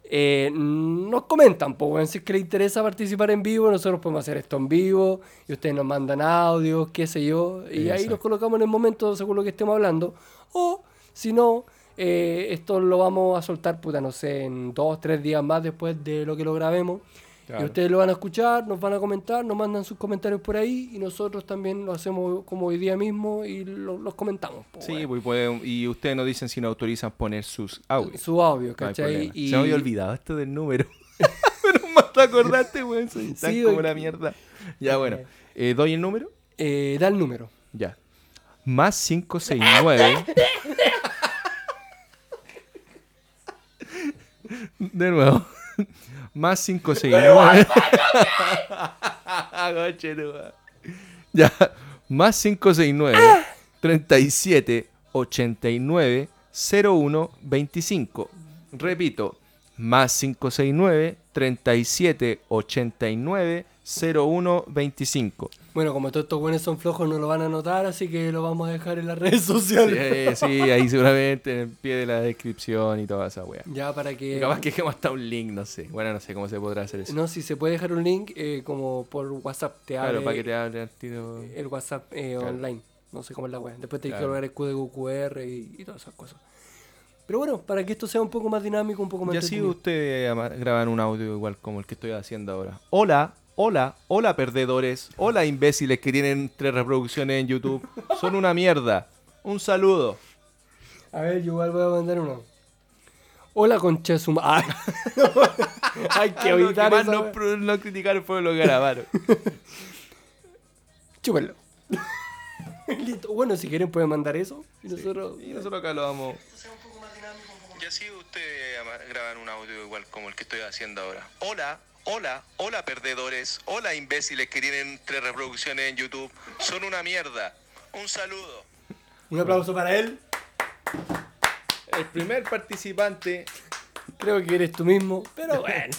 eh, nos comentan, pues, weón, si es que les interesa participar en vivo, nosotros podemos hacer esto en vivo, y ustedes nos mandan audios, qué sé yo, y ahí
Exacto.
los colocamos en el momento según lo que estemos hablando, o si no, eh, esto lo vamos a soltar, puta, no sé, en dos, tres días más después de lo que lo grabemos.
Claro.
Y ustedes lo van a escuchar, nos van a comentar, nos mandan sus comentarios por ahí y nosotros también lo hacemos como hoy día mismo y lo- los comentamos. po,
Sí,
weón
pues, pueden- y ustedes nos dicen si nos autorizan poner sus audios.
su audio,
No hay
¿cachai?
problema. Se me había olvidado esto del número. *laughs* Pero más te acordaste, este weón. Soy tan
Sí,
como
oye.
la mierda.
*laughs*
Ya, bueno. Eh, ¿Doy el número?
Eh, da el número.
Ya. Más 569. *laughs* De nuevo. Más 569. Ah, coche, tú, ah. Ya, más 569 37 89 01 25. Repito, más 569 37 89 01 25.
Bueno, como todos estos buenos son flojos, no lo van a notar, así que lo vamos a dejar en las *laughs* redes sociales.
Sí, eh, sí, ahí seguramente en el pie de la descripción y toda esa wea.
Ya para
eh. Y
que.
capaz que dejemos hasta un link, no sé. Bueno, no sé cómo se podrá hacer eso.
Eh, No, si se puede dejar un link eh, como por WhatsApp, te
claro,
abre
para que te hable al tiro.
el WhatsApp eh,
Claro.
online. No sé cómo es la web. Después te hay que
Claro.
colgar el código QR y, y todas esas cosas. Pero bueno, para que esto sea un poco más dinámico, un poco más
Y así
entretenido.
ustedes ama- graban un audio igual como el que estoy haciendo ahora. Hola, hola, hola perdedores, hola imbéciles que tienen tres reproducciones en YouTube. Son una mierda. Un
*laughs*
saludo.
A ver, yo igual voy a mandar uno. Hola, concha *laughs* suma. Hay
*laughs*
que
Lo
evitar
más
esa
Ah, no,
wea.
pro- no criticaron fue lo que grabaron.
Chúpenlo. *laughs* Listo. Bueno, si quieren pueden mandar eso. Y nosotros...
y nosotros acá lo vamos.
Y así ustedes ama- graban un audio igual como el que estoy haciendo ahora. Hola, hola, hola perdedores, hola imbéciles que tienen tres reproducciones en YouTube. Son una mierda. Un saludo.
Un aplauso para él.
El primer participante.
Creo que eres tú mismo. *laughs* Pero bueno.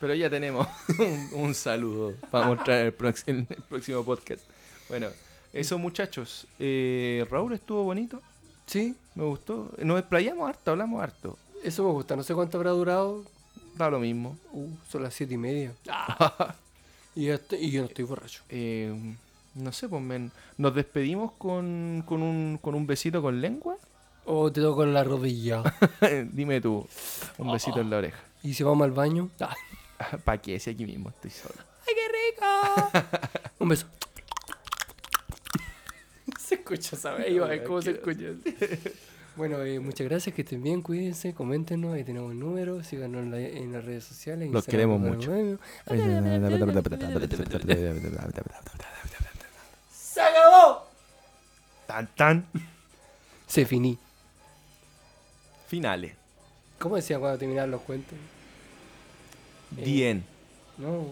Pero ya tenemos *laughs* un, un saludo para mostrar en el, prox- en el próximo podcast. Bueno, eso muchachos. Eh, Raúl estuvo bonito.
sí,
Me gustó. Nos explayamos harto, hablamos harto.
eso me gusta. No sé cuánto habrá durado.
Da lo mismo.
Uh, son las siete y *laughs* media. Y, ya estoy- y yo no estoy borracho.
Eh, no sé, pues men, nos despedimos con, con, un, con un besito con lengua. *laughs*
O Oh, te toco en la *laughs* rodilla.
Dime tú, un besito en la oreja. *laughs*
y si vamos al baño. Ah,
¿Para qué? Si aquí mismo estoy solo.
un beso. *laughs* se escucha, ¿sabes? Ahí va a ver cómo se escucha. *laughs* Bueno, eh, muchas gracias, que estén bien, cuídense, coméntenos, ahí tenemos el número, síganos en, la- en las redes sociales.
Los
Instagram,
queremos
bueno,
mucho.
bueno.
Tan, tan.
Se finí.
Finales.
¿Cómo decían cuando terminaban los cuentos?
Eh, Bien.
No.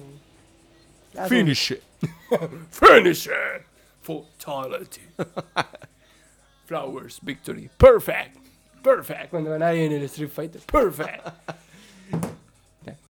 Ah, Finish. it.
Finish it. Fatality. *laughs* Flowers, victory. Perfect. Perfect. Cuando van ahí en el Street Fighter. Perfect.